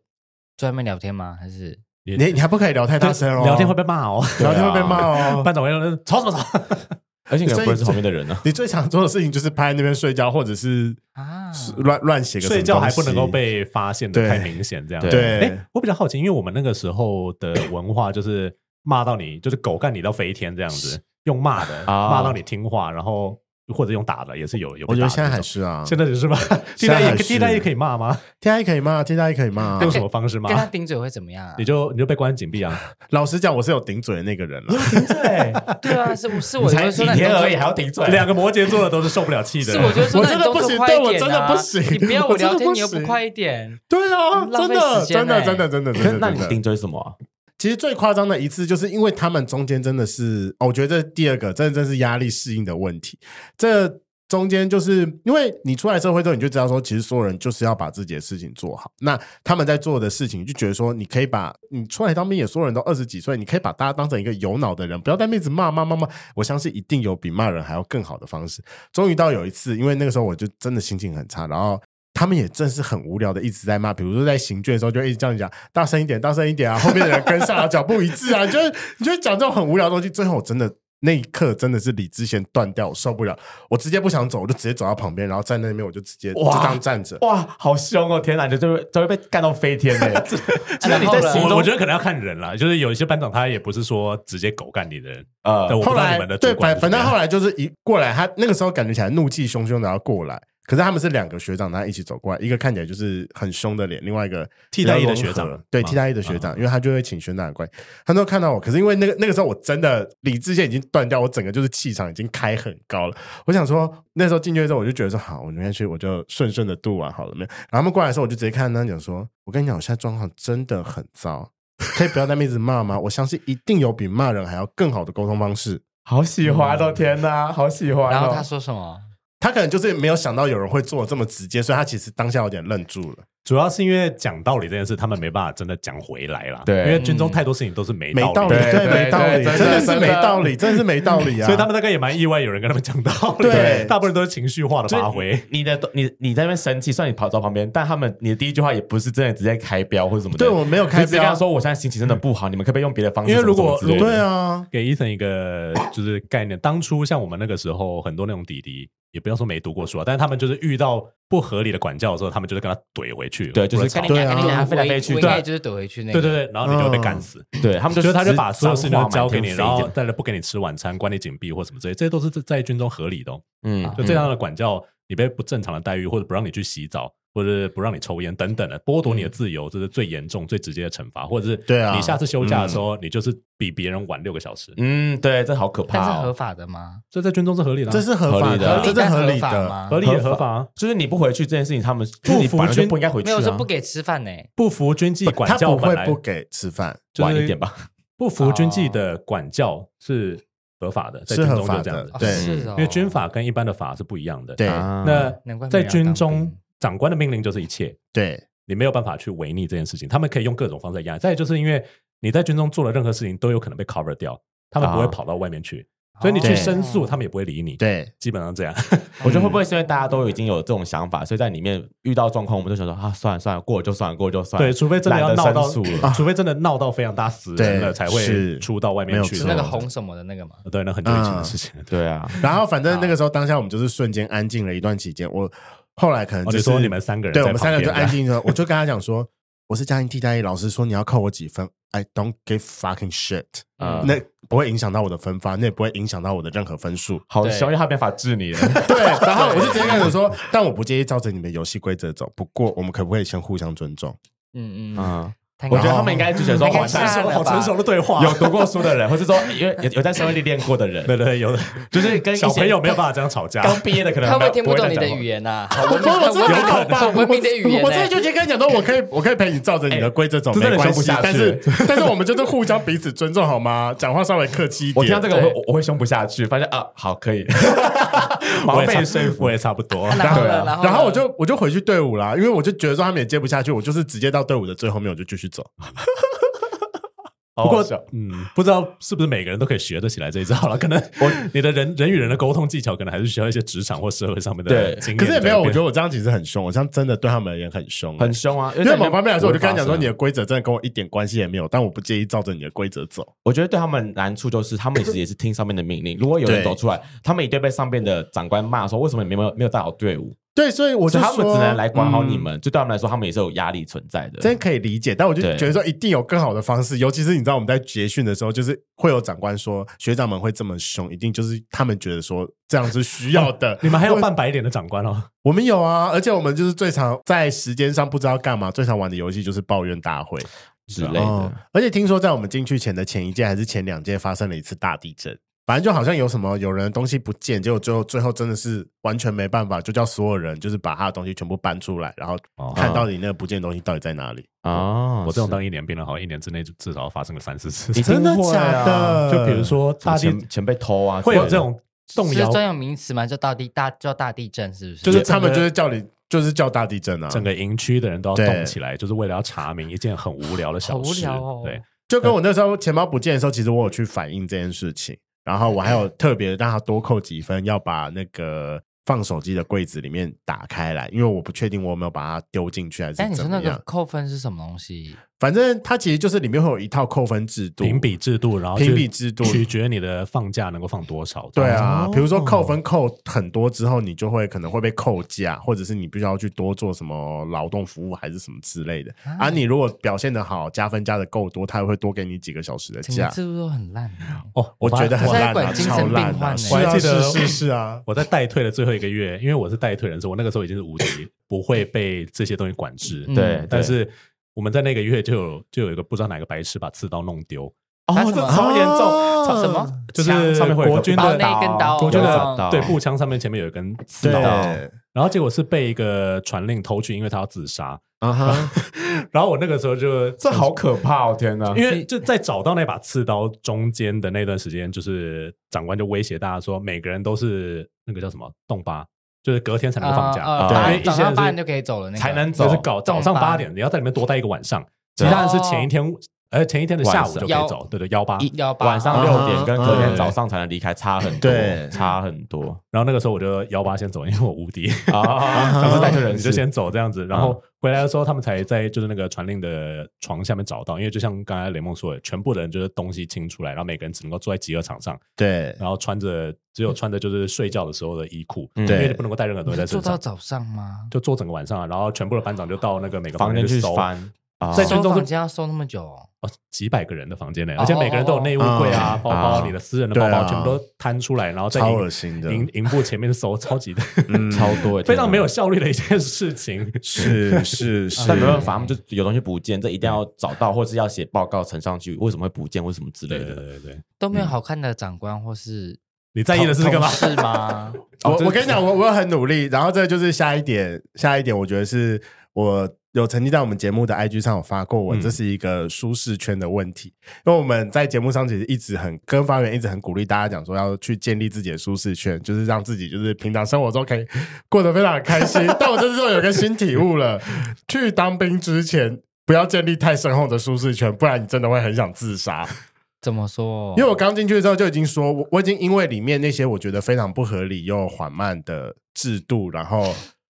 Speaker 2: 在外面聊天吗？还是
Speaker 4: 你
Speaker 1: 你你还不可以聊太大声哦，
Speaker 4: 聊天会被骂哦，
Speaker 1: 聊天会被骂哦。
Speaker 4: 班长会说吵什么吵？
Speaker 3: 而且你可
Speaker 1: 所以
Speaker 3: 能不认识旁边的人呢、
Speaker 1: 你最常做的事情就是趴在那边睡觉，或者是
Speaker 2: 啊？
Speaker 1: 乱乱写个什么
Speaker 4: 睡觉还
Speaker 1: 东
Speaker 4: 不
Speaker 1: 西
Speaker 4: 能够被发现的
Speaker 1: 对
Speaker 4: 太明显，这样
Speaker 1: 对
Speaker 4: 哎，我比较好奇，因为我们那个时候的文化就是骂到你，就是狗干你到飞天这样子，用骂的
Speaker 3: 啊
Speaker 4: 骂到你听话，然后或者用打的也是有有被
Speaker 1: 我觉得
Speaker 4: 打的
Speaker 1: 现在还
Speaker 4: 那种
Speaker 1: 是啊，
Speaker 4: 现在就是 嗯吧，替
Speaker 1: 现在
Speaker 4: 代
Speaker 1: 还
Speaker 4: 役
Speaker 1: 是
Speaker 4: 替代役可以骂吗？
Speaker 1: T I 可以骂，T I 可以骂
Speaker 4: 用。什么方式骂
Speaker 2: 跟？他顶嘴会怎么样啊？
Speaker 4: 你就你就被关禁闭啊！
Speaker 1: 老实讲，我是有顶嘴的那个人了。
Speaker 3: 对，
Speaker 2: 对啊，是我是
Speaker 3: 你
Speaker 2: 我就
Speaker 3: 才
Speaker 2: 会
Speaker 3: 几
Speaker 2: 说那你
Speaker 3: 天
Speaker 2: 动作
Speaker 3: 而已，还要顶嘴，
Speaker 4: 两个摩羯座的都是受不了气的
Speaker 2: 是，我就会说
Speaker 1: 我
Speaker 2: 那你
Speaker 1: 真的
Speaker 2: 动
Speaker 1: 不
Speaker 2: 作
Speaker 1: 行
Speaker 2: 快
Speaker 1: 对
Speaker 2: 一
Speaker 1: 我
Speaker 2: 点
Speaker 1: 真的
Speaker 2: 啊
Speaker 1: 不行
Speaker 2: 你不要
Speaker 1: 我
Speaker 2: 我
Speaker 1: 真
Speaker 2: 聊
Speaker 1: 的
Speaker 2: 天
Speaker 1: 不
Speaker 2: 你又不
Speaker 1: 行
Speaker 2: 快一点，
Speaker 1: 对啊，真
Speaker 2: 浪费
Speaker 1: 的，
Speaker 2: 时间
Speaker 1: 真的，
Speaker 2: 欸
Speaker 1: 真的，真的，真
Speaker 3: 可
Speaker 1: 的。
Speaker 3: 是那你
Speaker 1: 真的
Speaker 3: 顶嘴什么啊？
Speaker 1: 其实最夸张的一次，就是因为他们中间真的是，哦我觉得这第二个，真的真是压力适应的问题。这中间就是因为你出来社会之后，你就知道说，其实所有人就是要把自己的事情做好。那他们在做的事情，就觉得说，你可以把你出来当兵，也所有人都二十几岁，你可以把大家当成一个有脑的人，不要在那边一直骂骂骂骂。我相信一定有比骂人还要更好的方式。终于到有一次，因为那个时候我就真的心情很差，然后。他们也真是很无聊的，一直在骂。比如说在行卷的时候，就一直这样讲，大声一点，大声一点啊！后面的人跟上啊， 脚步一致啊，就是你就会讲这种很无聊的东西。最后我真的那一刻真的是理智线断掉，我受不了，我直接不想走，我就直接走到旁边，然后站在那边，我就直接就
Speaker 3: 哇
Speaker 1: 这样站着。
Speaker 3: 哇，好凶哦！天哪，你就会就会被干到飞 天嘞！
Speaker 2: 啊
Speaker 3: 其实你在
Speaker 2: 然后呢
Speaker 3: 行
Speaker 4: 我
Speaker 3: 动
Speaker 4: 我觉得可能要看人啦，就是有一些班长他也不是说直接狗干你的人，
Speaker 3: 呃
Speaker 4: 但我不
Speaker 1: 后
Speaker 4: 知道你
Speaker 1: 来
Speaker 4: 们的
Speaker 1: 对，
Speaker 4: 主管
Speaker 1: 反
Speaker 4: 是
Speaker 1: 反
Speaker 4: 怎么
Speaker 1: 正
Speaker 4: 样
Speaker 1: 后来就是一过来，他那个时候感觉起来怒气汹汹的要过来，可是他们是两个学长，他一起走过来，一个看起来就是很凶的脸，另外一个
Speaker 4: 替代役的
Speaker 1: 比较
Speaker 4: 学长
Speaker 1: 柔和对
Speaker 4: 吗
Speaker 1: 替代役的学长，因为他就会请学长的关系，他都看到我，可是因为那个那个时候我真的理智线已经断掉，我整个就是气场已经开很高了，我想说那时候进去之后，我就觉得说好，我明天去我就顺顺的度完啊好了没有，然后他们过来的时候，我就直接看他讲说，我跟你讲，我现在状况真的很糟。可以不要在那边一直骂吗？我相信一定有比骂人还要更好的沟通方式。
Speaker 3: 好喜欢哦！天哪，好喜欢哦！
Speaker 2: 然后他说什么？
Speaker 1: 他可能就是没有想到有人会做的这么直接，所以他其实当下有点愣住了，
Speaker 4: 主要是因为讲道理这件事，他们没办法真的讲回来啦。
Speaker 3: 对
Speaker 4: 因为
Speaker 2: 嗯
Speaker 4: 军中太多事情都是没
Speaker 1: 没
Speaker 4: 道
Speaker 1: 道理，
Speaker 4: 的
Speaker 3: 对
Speaker 1: 对，
Speaker 3: 对
Speaker 1: 没道
Speaker 3: 对
Speaker 1: 理，
Speaker 3: 真的
Speaker 1: 真的是
Speaker 3: 真的
Speaker 1: 没道理，真的是没道理啊！
Speaker 4: 所以他们大概也蛮意外，有人跟他们讲道理。
Speaker 1: 对
Speaker 4: 大部分都是情绪化的
Speaker 3: 所以
Speaker 4: 发挥。
Speaker 3: 你的你你在那边生气，算你跑到旁边，但他们你的第一句话也不是真的直接开标或者什么的。
Speaker 1: 对我没有开
Speaker 3: 你只是跟
Speaker 1: 标
Speaker 3: 他，说我现在心情真的不好，你们可不可以用别的方式？
Speaker 4: 因为如
Speaker 3: 什么
Speaker 4: 果
Speaker 3: 什么之类的
Speaker 1: 对，啊，
Speaker 4: 给 Ethan 一个就是概念，当初像我们那个时候，很多那种弟弟，也不要说没读过书啊，但是他们就是遇到不合理的管教的时候，他们就会跟他怼回去。
Speaker 3: 对就
Speaker 4: 或
Speaker 3: 是
Speaker 4: 者吵
Speaker 2: 跟你
Speaker 1: 对
Speaker 2: 讲，
Speaker 1: 啊
Speaker 2: 哎跟你讲，
Speaker 3: 飞来飞去
Speaker 2: 我应
Speaker 3: 对啊
Speaker 2: 该就是躲回去那
Speaker 4: 对
Speaker 2: 个。
Speaker 4: 对对，然后你就会被干死。
Speaker 3: 对他们就
Speaker 4: 就是他就
Speaker 3: 直
Speaker 4: 把所有事情都交给你，
Speaker 3: 嗯直接
Speaker 4: 然
Speaker 3: 画满
Speaker 4: 后
Speaker 3: 天飞这样
Speaker 4: 再来不给你吃晚餐，关你紧闭或什么之类，这些都是在军中合理的哦、
Speaker 3: 嗯
Speaker 4: 就这样的管教，你被不正常的待遇，或者不让你去洗澡，或者是不让你抽烟等等的，剥夺你的自由，这是最严重、最直接的惩罚，或者是
Speaker 1: 嗯对啊
Speaker 4: 你下次休假的时候，你就是比别人晚六个小时，
Speaker 3: 嗯，对，这好可
Speaker 2: 但是
Speaker 3: 怕
Speaker 2: 合
Speaker 3: 哦。
Speaker 2: 法的吗？
Speaker 4: 这在军中是合理的啊，
Speaker 1: 这是合
Speaker 3: 合
Speaker 1: 法
Speaker 3: 理的
Speaker 1: 的，这是合理
Speaker 2: 但
Speaker 1: 的。
Speaker 2: 吗
Speaker 4: 合？理也合法啊。
Speaker 3: 就是你不回去这件事情，他们就是你
Speaker 4: 不服
Speaker 3: 本来就
Speaker 4: 军
Speaker 3: 不应该回去
Speaker 2: 没有说
Speaker 3: 啊
Speaker 2: 不，给吃饭呢，
Speaker 4: 不服军纪管
Speaker 1: 他
Speaker 4: 教
Speaker 1: 不
Speaker 4: 本
Speaker 1: 会
Speaker 4: 来
Speaker 1: 不给吃饭，
Speaker 4: 就是
Speaker 3: 晚一点吧。
Speaker 4: 不服军纪的管教是合法的，在
Speaker 1: 是
Speaker 4: 军
Speaker 1: 合
Speaker 4: 中
Speaker 1: 法
Speaker 4: 就这样
Speaker 1: 的
Speaker 4: 子，啊
Speaker 2: 哦，
Speaker 1: 对
Speaker 2: 是哦，
Speaker 4: 因为军法跟一般的法是不一样的。
Speaker 1: 对
Speaker 3: 啊
Speaker 4: 那
Speaker 2: 难怪没
Speaker 4: 在
Speaker 2: 人要
Speaker 4: 军
Speaker 2: 当
Speaker 4: 中
Speaker 3: 嗯
Speaker 2: 兵，
Speaker 4: 长官的命令就是一切，
Speaker 1: 对，
Speaker 4: 你没有办法去违逆这件事情，他们可以用各种方式来压你。再来就是因为你在军中做的任何事情都有可能被 cover 掉，他们不会
Speaker 3: 啊
Speaker 4: 跑到外面去，所以你去
Speaker 2: 哦
Speaker 1: 对
Speaker 4: 申诉，他们也不会理你。，
Speaker 1: 对，
Speaker 4: 基本上这样。
Speaker 3: 我觉得会
Speaker 4: 嗯
Speaker 3: 不会是因为大家都已经有这种想法，所以在里面遇到状况，我们就想说啊，算了算了，过了就算了，过了就算了。
Speaker 4: 对，除非真的要
Speaker 3: 懒得
Speaker 4: 闹到
Speaker 3: 申诉了，
Speaker 4: 除非真的闹到非常大死人了，
Speaker 1: 对
Speaker 4: 才
Speaker 1: 是
Speaker 4: 会出到外面去。
Speaker 1: 没有
Speaker 2: 是
Speaker 1: 错
Speaker 2: 那个红什么的那个吗？
Speaker 4: 对，那很久以前的事情。对，
Speaker 3: 对啊，
Speaker 1: 然后反正那个时候当下我们就是瞬间安静了一段期间。我后来可能就
Speaker 4: 哦，你
Speaker 1: 是
Speaker 4: 说你们三个人，
Speaker 1: 对我们三个就安
Speaker 4: 安静。
Speaker 1: 静了，我就跟他讲说。我是家庭替代役，老师说你要扣我几分，I don't give fucking shit，、
Speaker 3: 嗯
Speaker 1: 那不会影响到我的分发，那也不会影响到我的任何分数。
Speaker 3: 好
Speaker 2: 对
Speaker 3: 凶，因为他没法治你了。
Speaker 1: 对，然后我就直接跟他说，但我不介意照着你们游戏规则走，不过我们可不可以先互相尊重？
Speaker 2: 嗯嗯，
Speaker 3: 嗯，
Speaker 2: 我
Speaker 3: 我觉得
Speaker 4: 哦
Speaker 3: 他们应该就觉得说，
Speaker 2: 应该
Speaker 3: 完蛋，
Speaker 2: 是啊
Speaker 3: 说好成熟
Speaker 4: 的对话
Speaker 3: 有读过书的人，或是说因 为有有在社会历练过的人，
Speaker 4: 对对，有的
Speaker 3: 就是跟一些
Speaker 4: 小朋友没有办法这样吵架。
Speaker 3: 刚毕业的可能
Speaker 2: 他会听不懂你的
Speaker 3: 言。
Speaker 2: 语言呐，
Speaker 1: 我我真的没有吧，
Speaker 2: 很文明的语言欸
Speaker 1: 我
Speaker 2: 呢。
Speaker 1: 真的就直接跟他讲说，我可以，我可以陪你照着你的规则走，
Speaker 3: 哎这真
Speaker 1: 没
Speaker 3: 的
Speaker 1: 关
Speaker 3: 凶不
Speaker 1: 系
Speaker 3: 下。去
Speaker 1: 但是，但是我们就是互相彼此尊重，好吗？讲话稍微客气一点。
Speaker 3: 我听到这个，我
Speaker 2: 对
Speaker 3: 会我我会凶不下去，发现啊，好可以，我
Speaker 4: 也
Speaker 3: 被
Speaker 4: 差
Speaker 3: 说服
Speaker 4: 我。也差不 多。
Speaker 2: 啊然后
Speaker 3: 对
Speaker 2: 呢，
Speaker 3: 啊
Speaker 2: 然后
Speaker 1: 然后我
Speaker 2: 呢
Speaker 1: 就我就回去队伍啦，因为我就觉得说他们也接不下去，我就是直接到队伍的最后面，我就继续走。
Speaker 3: 不
Speaker 4: 不
Speaker 3: 过
Speaker 4: 过，嗯，不知道是不是每个人都可以学得起来这一招了。可能我你的人人与人的沟通技巧，可能还是需要一些职场或社会上面的
Speaker 3: 对
Speaker 4: 经验。。
Speaker 1: 可是也没有，我觉得我这样其实很凶，我这样真的对他们而言很凶、欸
Speaker 3: 很。凶啊，因
Speaker 1: 因为某方面来说，我就跟他讲说，你
Speaker 3: 你
Speaker 1: 的规则真的跟我一点关系也没有，但我不介意照着你的规则走。
Speaker 3: 我觉得对他们难处就是，他们其实也是听上面的命令。如果有人
Speaker 1: 对
Speaker 3: 走出来，他们一定被上面的长官骂说，为什么你没有没有带好队伍？
Speaker 1: 对，所以我
Speaker 3: 我
Speaker 1: 就
Speaker 3: 觉得他们
Speaker 1: 说
Speaker 3: 只能来管好你
Speaker 1: 嗯
Speaker 3: 们，就对他们来说，他们也是有压力存在的。
Speaker 1: 真可以理解，但我就
Speaker 3: 对
Speaker 1: 觉得说一定有更好的方式，尤其是你知道我们在结训的时候，就是会有长官说学长们会这么凶，一定就是他们觉得说这样是需要的
Speaker 4: 你们还有
Speaker 1: 我
Speaker 4: 扮白脸的长官哦，
Speaker 1: 我们有啊，而且我们就是最常在时间上不知道干嘛，最常玩的游戏就是抱怨大会哦
Speaker 3: 之类的
Speaker 4: 哦
Speaker 1: 而且听说在我们进去前的前一届还是前两届发生了一次大地震。反正就好像有什么有人的东西不见，结果最后最后真的是完全没办法，就叫所有人就是把他的东西全部搬出来，然后
Speaker 4: 哦
Speaker 1: 看到底那个不见的东西到底在哪里。
Speaker 3: 啊
Speaker 4: 我这种当一年兵了，好，一年之内就至少发生了三四次
Speaker 3: 一。定会啊
Speaker 4: 就比如说大
Speaker 3: 大
Speaker 4: 地
Speaker 3: 钱钱被偷啊，
Speaker 4: 会有这种动
Speaker 2: 是
Speaker 4: 摇，
Speaker 2: 专有名词嘛？叫大地大叫大地震是不是？
Speaker 1: 就是他们
Speaker 4: 整个
Speaker 1: 就是叫你，就是叫大地震啊，
Speaker 4: 整个营区的人都要
Speaker 1: 对
Speaker 4: 动起来，就是为了要查明一件很无聊的小事。
Speaker 2: 好无聊哦
Speaker 4: 对，
Speaker 1: 就跟我那时候钱包不见的时候，其实我有去反映这件事情，然后我还有特别让他多扣几分，要把那个放手机的柜子里面打开来，因为我不确定我有没有把它丢进去还是
Speaker 2: 哎，你说
Speaker 1: 怎
Speaker 2: 那
Speaker 1: 么
Speaker 2: 个
Speaker 1: 样。
Speaker 2: 扣分是什么东西？
Speaker 1: 反正它其实就是里面会有一套扣分制度，
Speaker 4: 评比制度，然后去
Speaker 1: 评比制度
Speaker 4: 取决你的放假能够放多少。
Speaker 1: 对啊
Speaker 3: 哦，
Speaker 1: 比如说扣分扣很多之后，你就会可能会被扣假，或者是你必须要去多做什么劳动服务还是什么之类的。啊，你如果表现的好，加分加的够多，他也会多给你几个小时的
Speaker 2: 整个
Speaker 1: 假。
Speaker 2: 制度都很烂欸。
Speaker 4: 哦，
Speaker 1: 我
Speaker 4: 发
Speaker 1: 觉得很
Speaker 2: 我在
Speaker 1: 烂啊，
Speaker 2: 管精神
Speaker 1: 超
Speaker 2: 病
Speaker 1: 烂
Speaker 2: 患
Speaker 1: 啊！
Speaker 2: 呢
Speaker 1: 是
Speaker 4: 我还
Speaker 1: 啊，
Speaker 4: 记得
Speaker 1: 是是是啊，
Speaker 4: 我在代退的最后一个月，因为我是代退人士，我那个时候已经是无敌，不会被这些东西管制。
Speaker 2: 嗯
Speaker 3: 对，
Speaker 4: 但是我们在那个月就有就有一个不知道哪个白痴把刺刀弄丢，
Speaker 3: 哦
Speaker 2: 他，
Speaker 3: 这
Speaker 2: 怎么
Speaker 3: 超严重，
Speaker 2: 什么？
Speaker 4: 就是
Speaker 2: 枪
Speaker 3: 上面会有
Speaker 4: 国军的
Speaker 2: 把那一根刀
Speaker 4: 我觉
Speaker 2: 有找
Speaker 4: 得
Speaker 2: 到
Speaker 4: 对步枪上面前面有一根刺
Speaker 1: 对
Speaker 4: 刀，然后结果是被一个传令偷去，因为他要自杀。
Speaker 1: 啊哈，
Speaker 4: 然后我那个时候就
Speaker 3: 这好可怕哦！天哪，
Speaker 4: 因为就在找到那把刺刀中间的那段时间，就是长官就威胁大家说，每个人都是那个叫什么洞八，就是隔天才能够放假，
Speaker 2: 啊啊
Speaker 3: 对
Speaker 2: 八
Speaker 4: 因为一
Speaker 2: 早
Speaker 4: 些人
Speaker 2: 上
Speaker 4: 是
Speaker 2: 八点就可以走了，那个
Speaker 3: 才能走
Speaker 4: 就是搞早
Speaker 2: 洞
Speaker 4: 上
Speaker 2: 八
Speaker 4: 八点，你要在里面多待一个晚上，其
Speaker 3: 对
Speaker 4: 他人是前一天，呃，前一天的下午就可以
Speaker 2: 晚上
Speaker 4: 走，对对，幺八。
Speaker 2: 一幺八
Speaker 3: 晚上
Speaker 1: 啊
Speaker 3: 六点跟隔天
Speaker 1: 嗯
Speaker 3: 早上才能离开，差很多，
Speaker 1: 对
Speaker 3: 差很多
Speaker 4: 然后那个时候我就幺八先走，因为我无敌。
Speaker 3: 啊！
Speaker 4: 他
Speaker 3: 他
Speaker 4: 们
Speaker 3: 是
Speaker 4: 带
Speaker 3: 带
Speaker 4: 着
Speaker 3: 着
Speaker 4: 人
Speaker 3: 人
Speaker 4: 你就
Speaker 3: 先
Speaker 4: 先走这样子，然
Speaker 2: 啊
Speaker 4: 后回来的时候，他们才在就是那个传令的床下面找到，因为就像刚才雷梦说的，全部的人就是东西清出来，然后每个人只能够坐在集合场上，
Speaker 1: 对
Speaker 4: 然后穿着只有穿着就是睡觉的时候的衣裤，
Speaker 3: 嗯
Speaker 4: 因
Speaker 1: 对
Speaker 4: 为你不能够带任何东西在
Speaker 2: 做
Speaker 4: 身
Speaker 2: 到
Speaker 4: 上，
Speaker 2: 早上吗？
Speaker 4: 就坐整个晚上啊，然后全部的班长就到那个每个
Speaker 3: 房
Speaker 4: 间
Speaker 3: 间去
Speaker 4: 搜，
Speaker 3: 翻啊，
Speaker 4: 在
Speaker 2: 收
Speaker 4: 军中是
Speaker 2: 房间要收那么久哦？
Speaker 4: 哦，几百个人的房间内，
Speaker 2: 哦
Speaker 4: 而且每个人都有内务柜啊、
Speaker 1: 哦
Speaker 4: 包包、
Speaker 3: 啊
Speaker 4: 你的私人的包
Speaker 1: 对
Speaker 4: 包
Speaker 1: 啊
Speaker 4: 全部都摊出来，然后在
Speaker 1: 超恶
Speaker 4: 营
Speaker 1: 心的，
Speaker 4: 营营部前面搜，超级的
Speaker 1: 嗯
Speaker 3: 超多，
Speaker 4: 非常没有
Speaker 3: 效。
Speaker 4: 效率的一件 事情。
Speaker 1: 是是是，
Speaker 3: 啊但没办法，他们就有东西不见，这一定要找到，或是要写报告呈上去，为什么会不见，为什么之类
Speaker 4: 对对
Speaker 3: 的。
Speaker 4: 对对，
Speaker 2: 都没有好看的长官或是
Speaker 4: 你在意的是这个吗？
Speaker 2: 是吗？
Speaker 1: 哦我我跟你讲，我我很努力。然后这就是下一点，下一点，我觉得是我有曾经在我们节目的 IG 上有发过文，
Speaker 4: 嗯
Speaker 1: 这是一个舒适圈的问题。因为我们在节目上其实一直很跟发源一直很鼓励大家讲说要去建立自己的舒适圈，就是让自己就是平常生活中可以过得非常开 心。但我这次就有个新体悟了，去当兵之前。不要建立太深厚的舒适圈，不然你真的会很想自杀。
Speaker 2: 怎么说？
Speaker 1: 因为我刚进去的时候就已经说，我我已经因为里面那些我觉得非常不合理又缓慢的制度，然后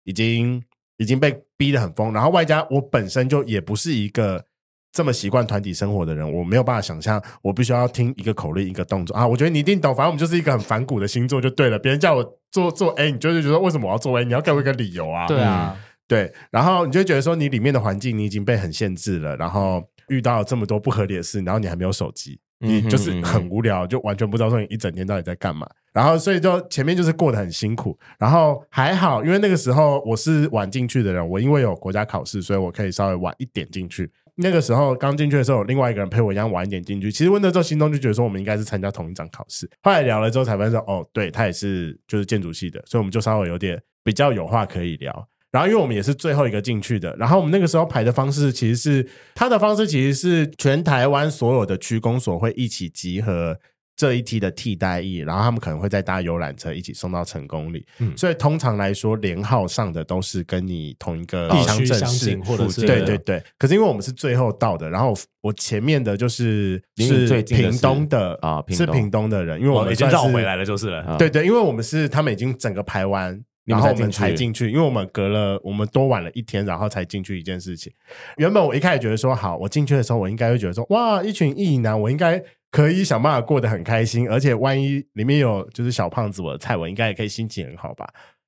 Speaker 1: 已经 已经被逼得很疯，然后外加我本身就也不是一个这么习惯团体生活的人，我没有办法想象我必须要听一个口令一个动作啊！我觉得你一定懂，反正我们就是一个很反骨的星座就对了。别人叫我做做 A，你就是觉得为什么我要做 A？你要给我一个理由啊！
Speaker 2: 对啊，
Speaker 1: 对，然后你就觉得说你里面的环境你已经被很限制了，然后遇到了这么多不合理的事，然后你还没有手机，你
Speaker 3: 嗯哼
Speaker 1: 就是
Speaker 3: 嗯哼
Speaker 1: 很无聊，就完全不知道说你一整天到底在干嘛。然后所以就前面就是过得很辛苦，然后还好，因为那个时候我是晚进去的人，我因为有国家考试，所以我可以稍微晚一点进去。那个时候刚进去的时候，有另外一个人陪我一样晚一点进去。其实我那时候心中就觉得说，我们应该是参加同一场考试。后来聊了之后才发现说，哦，对他也是就是建筑系的，所以我们就稍微有点比较有话可以聊。然后因为我们也是最后一个进去的，然后我们那个时候排的方式其实是他的方式其实是全台湾所有的区公所会一起集合。这一梯的替代役，然后他们可能会再搭游览车一起送到成功里，
Speaker 4: 嗯
Speaker 1: 所以通常来说，连号上的都是跟你同一个
Speaker 4: 地
Speaker 1: 乡
Speaker 4: 区
Speaker 1: 镇
Speaker 4: 相
Speaker 1: 市
Speaker 4: 近或者
Speaker 1: 附近
Speaker 4: 是
Speaker 1: 对对对。可是因为我们是最后到的，然后我前面的就是
Speaker 3: 离你
Speaker 1: 是
Speaker 3: 最近的
Speaker 1: 屏
Speaker 3: 是
Speaker 1: 东的
Speaker 3: 啊屏
Speaker 1: 是
Speaker 3: 东
Speaker 1: 屏东的人，因为我
Speaker 4: 我
Speaker 1: 们
Speaker 4: 哦已经
Speaker 1: 算
Speaker 4: 绕
Speaker 1: 是啊
Speaker 4: 回来了，就是了。
Speaker 1: 对对，因为我们是他们已经整个排完，
Speaker 3: 嗯你
Speaker 1: 然
Speaker 3: 们
Speaker 1: 后
Speaker 3: 才
Speaker 1: 我们
Speaker 3: 进去
Speaker 1: 才进去，因为我们隔了我们多晚了一天，然后才进去一件事情。原本我一开始觉得说，好，我进去的时候，我应该会觉得说，哇，一群异男，我应该可以想办法过得很开心，而且万一里面有就是小胖子我的菜，我应该也可以心情很好吧。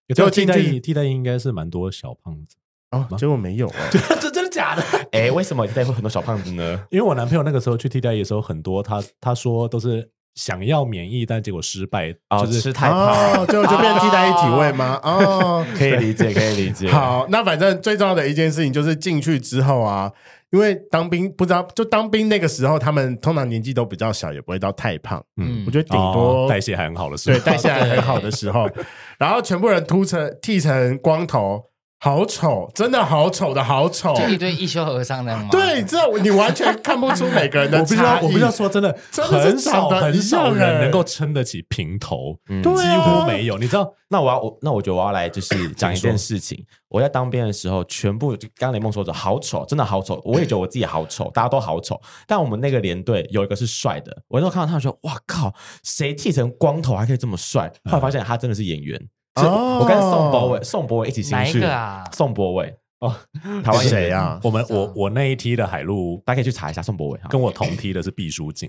Speaker 4: 结果替
Speaker 1: 进
Speaker 4: 代
Speaker 1: 去
Speaker 4: 役替代役应该是蛮多小胖子，
Speaker 1: 哦，
Speaker 3: 嗯
Speaker 1: 结果没有啊，
Speaker 3: 这真的假的？哎，为什么现在会很多小胖子呢？
Speaker 4: 因为我男朋友那个时候去替代役的时候，很多他他说都是想要免疫，但结果失败，
Speaker 3: 哦，
Speaker 4: 就是
Speaker 3: 吃太胖，
Speaker 1: 哦，就就变替代一体位吗？哦，
Speaker 3: 可以理解，可以理解。
Speaker 1: 好，那反正最重要的一件事情就是进去之后啊，因为当兵不知道，就当兵那个时候，他们通常年纪都比较小，也不会到太胖。
Speaker 4: 嗯
Speaker 1: 我觉得顶
Speaker 4: 哦
Speaker 1: 多、
Speaker 4: 代谢还很好的是
Speaker 1: 对
Speaker 4: 吧，
Speaker 1: 带下来很好的时候，然后全部人秃成剃成光头，好丑，真的好丑的好丑。
Speaker 2: 就一堆一休和尚那样吗？哎
Speaker 1: 对，这你完全看不出每个人的
Speaker 4: 我必须
Speaker 1: 差
Speaker 4: 要，
Speaker 1: 异。
Speaker 4: 我必须要说，真的，
Speaker 1: 真的是
Speaker 4: 很少
Speaker 1: 长得
Speaker 4: 很少
Speaker 1: 一样
Speaker 4: 人
Speaker 1: 欸
Speaker 4: 能够撑得起平头，
Speaker 3: 嗯
Speaker 1: 对
Speaker 4: 几
Speaker 1: 啊
Speaker 4: 乎没有。你知道，
Speaker 3: 那我要我那我觉得我要来就是讲一
Speaker 4: 说
Speaker 3: 件事情。我在当兵的时候，全部就刚刚雷梦说的好丑，真的好丑。我也觉得我自己好丑，大家都好丑。但我们那个连队有一个是帅的，我那时候看到他，我说哇靠，谁剃成光头还可以这么帅？后来发现他真的是演员。是
Speaker 1: 哦
Speaker 3: 我跟宋博伟、宋博伟一起新
Speaker 2: 哪一
Speaker 3: 训
Speaker 2: 个啊
Speaker 3: 宋博伟
Speaker 4: 哦，
Speaker 3: 台湾演员
Speaker 1: 谁？啊？
Speaker 4: 我们我我那一梯的海陆
Speaker 3: 大家可以去查一下宋博伟哈。
Speaker 4: 跟我同梯的是毕书尽，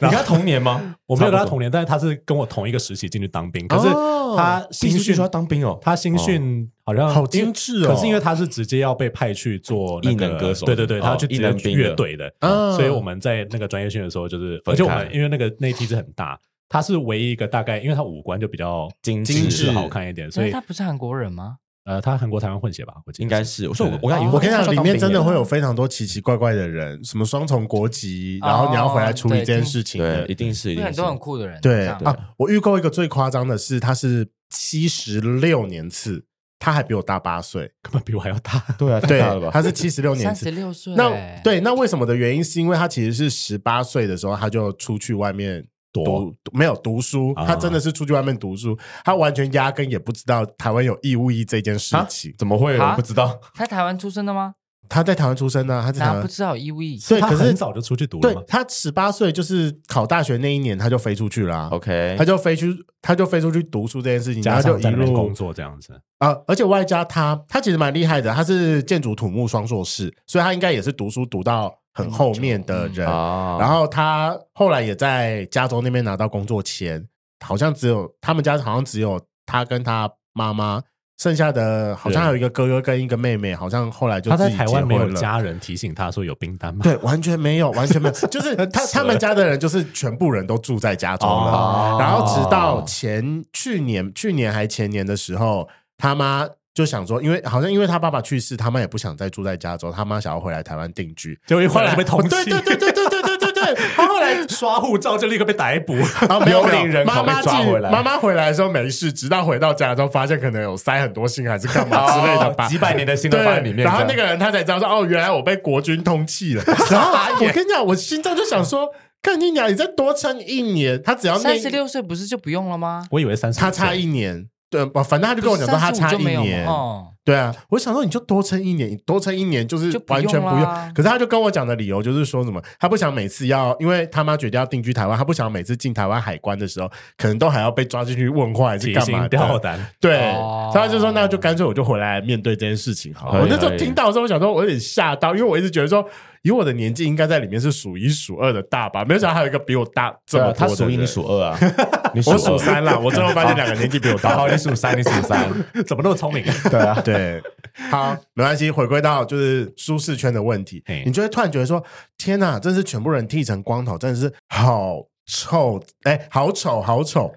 Speaker 3: 你跟他同年吗？
Speaker 4: 我没有跟他
Speaker 3: 差不多
Speaker 4: 同年，但是他是跟我同一个时期进去当兵，可是
Speaker 1: 哦
Speaker 4: 他
Speaker 3: 毕
Speaker 4: 新
Speaker 3: 书尽
Speaker 4: 训
Speaker 3: 说要当兵哦，
Speaker 4: 他新训好像
Speaker 1: 好精致哦
Speaker 4: 可是因为他是直接要被派去做那个
Speaker 3: 艺能歌手
Speaker 4: 对对对，
Speaker 3: 哦
Speaker 4: 他去直
Speaker 3: 艺能
Speaker 4: 接
Speaker 3: 兵的
Speaker 4: 乐队的，
Speaker 1: 嗯
Speaker 4: 所以我们在那个专业训的时候就是，
Speaker 3: 分开
Speaker 4: 而且我们因为那个那一梯子很大，他是唯一一个大概，因为他五官就比较
Speaker 3: 精
Speaker 1: 精致
Speaker 4: 致好看一点，
Speaker 2: 所
Speaker 4: 所
Speaker 2: 以
Speaker 4: 以
Speaker 2: 他不是韩国人吗？
Speaker 4: 呃，他韩国台湾混血吧，我记得
Speaker 3: 应该是。我说我我刚以为
Speaker 1: 我跟你
Speaker 3: 他
Speaker 1: 讲，
Speaker 3: 说
Speaker 1: 里
Speaker 3: 当兵
Speaker 1: 面真的
Speaker 3: 耶
Speaker 1: 会有非常多奇奇怪怪的人，什么双重国籍，
Speaker 2: 哦
Speaker 1: 然后你要回来处理这件事情
Speaker 3: 对
Speaker 1: 的，
Speaker 3: 一。定是，一
Speaker 2: 有
Speaker 3: 定
Speaker 2: 很
Speaker 3: 是
Speaker 2: 多很酷的人，
Speaker 1: 对
Speaker 2: 这样
Speaker 1: 啊，我遇过一个最夸张的是，他是七十六年次，他还比我大八岁，
Speaker 4: 根本比我还要大。
Speaker 3: 对啊，太
Speaker 1: 对
Speaker 3: 大了，吧？
Speaker 1: 他是七十六年
Speaker 2: 三
Speaker 1: 次
Speaker 2: 十，六岁，
Speaker 4: 哎
Speaker 1: 那对，那为什么的原因是因为他其实是十八岁的时候他就出去外面
Speaker 4: 躲
Speaker 1: 读，没有读书，
Speaker 4: 啊
Speaker 1: 他真的是出去外面读书，他完全压根也不知道台湾有义务役这件事情。
Speaker 3: 怎么会？
Speaker 2: 啊
Speaker 3: 我不知道。
Speaker 2: 他台湾出生的吗？
Speaker 1: 他在台湾出生呢、他在台
Speaker 2: 哪
Speaker 1: 湾
Speaker 2: 不，知道，E EV？
Speaker 1: 对，
Speaker 4: 他
Speaker 1: 可是啊
Speaker 4: 很早就出去读了
Speaker 1: 对
Speaker 4: 嘛，
Speaker 1: 他十八岁就是考大学那一年他就飞出去啦、
Speaker 3: OK，
Speaker 1: 他就飞去，他就飞出去读书这件事情，然
Speaker 4: 加
Speaker 1: 后
Speaker 4: 上
Speaker 1: 就
Speaker 4: 在
Speaker 1: 一
Speaker 4: 那边
Speaker 1: 路
Speaker 4: 工作这样子，
Speaker 1: 啊、而且外加他，他其实蛮厉害的，他是建筑土木双硕士，所以他应该也是读书读到很后面的
Speaker 4: 嗯
Speaker 1: 人。
Speaker 3: 啊
Speaker 1: 然后他后来也在加州那边拿到工作签，好像只有他们家好像只有他跟他妈妈，剩下的好像还有一个哥哥跟一个妹妹，好像后来就
Speaker 4: 他在
Speaker 1: 自己
Speaker 4: 台
Speaker 1: 结
Speaker 4: 湾没有
Speaker 1: 婚了。
Speaker 4: 家人提醒他说有兵单吗？
Speaker 1: 对，完全没有，完全没有， 就是他他们家的人就是全部人都住在加州了，
Speaker 3: 哦
Speaker 1: 然后直到前去年去年还前年的时候，他妈就想说，因为好像因为他爸爸去世，他妈也不想再住在加州，他妈想要回来台湾定居，
Speaker 4: 结果一回来就被通缉
Speaker 1: 对对对对对对对对 对，他后来
Speaker 4: 刷护照就立刻被逮捕。
Speaker 1: 啊，没有没有
Speaker 3: 幽灵人口
Speaker 1: 妈妈
Speaker 3: 被抓
Speaker 1: 进
Speaker 3: 回来
Speaker 1: 妈妈回来的时候没事，直到回到家之后，发现可能有塞很多信还是干 嘛之类的吧。
Speaker 3: 几百年的心都
Speaker 1: 对
Speaker 3: 哦放在里，面。
Speaker 1: 然后那
Speaker 3: 这样
Speaker 1: 个人他才知道说，哦，原来我被国军通缉 了。然后我跟你讲，我心脏就想说，
Speaker 3: 嗯
Speaker 1: 看你俩，你再多撑一年，他只要那
Speaker 2: 三十，六岁不是就不用了吗？
Speaker 4: 我以为三十，
Speaker 1: 他差一年，对，哦反正他就跟我讲说他
Speaker 2: 35
Speaker 1: 差
Speaker 2: 就
Speaker 1: 一
Speaker 2: 没有
Speaker 1: 年，
Speaker 2: 哦，
Speaker 1: 对啊，我想说你就多撑一年，你多撑一年就是
Speaker 2: 就不
Speaker 1: 完全
Speaker 2: 用
Speaker 1: 不用
Speaker 2: 啦。
Speaker 1: 可是他就跟我讲的理由就是说什么，他不想每次要，因为他妈决定要定居台湾，他不想每次进台湾海关的时候，可能都还要被抓进去问话还是
Speaker 4: 提
Speaker 1: 干嘛
Speaker 4: 心吊
Speaker 1: 的。
Speaker 4: 胆。
Speaker 1: 对，
Speaker 2: 哦
Speaker 1: 所以他就说那就干脆我就回来面对这件事情好了。
Speaker 3: 可以
Speaker 1: 我那时候
Speaker 3: 可以
Speaker 1: 听到的时候，我想说我有点吓到，因为我一直觉得说以我的年纪应该在里面是数一数二的大吧，没有想到还有一个比我大这
Speaker 3: 对啊
Speaker 1: 么多
Speaker 3: 他
Speaker 1: 的
Speaker 3: 数一，
Speaker 1: 人
Speaker 3: 你数二啊，你
Speaker 1: 我
Speaker 3: 二
Speaker 1: 数三啦，我最后发现两个年纪比我大
Speaker 3: 然。后你数三，你数三，
Speaker 4: 怎么那么聪明？
Speaker 3: 对啊，
Speaker 1: 对，好，没关系。回归到就是舒适圈的问题
Speaker 4: 嘿，
Speaker 1: 你就会突然觉得说：天哪，真是全部人剃成光头，真的是好臭，哎、好丑，好丑。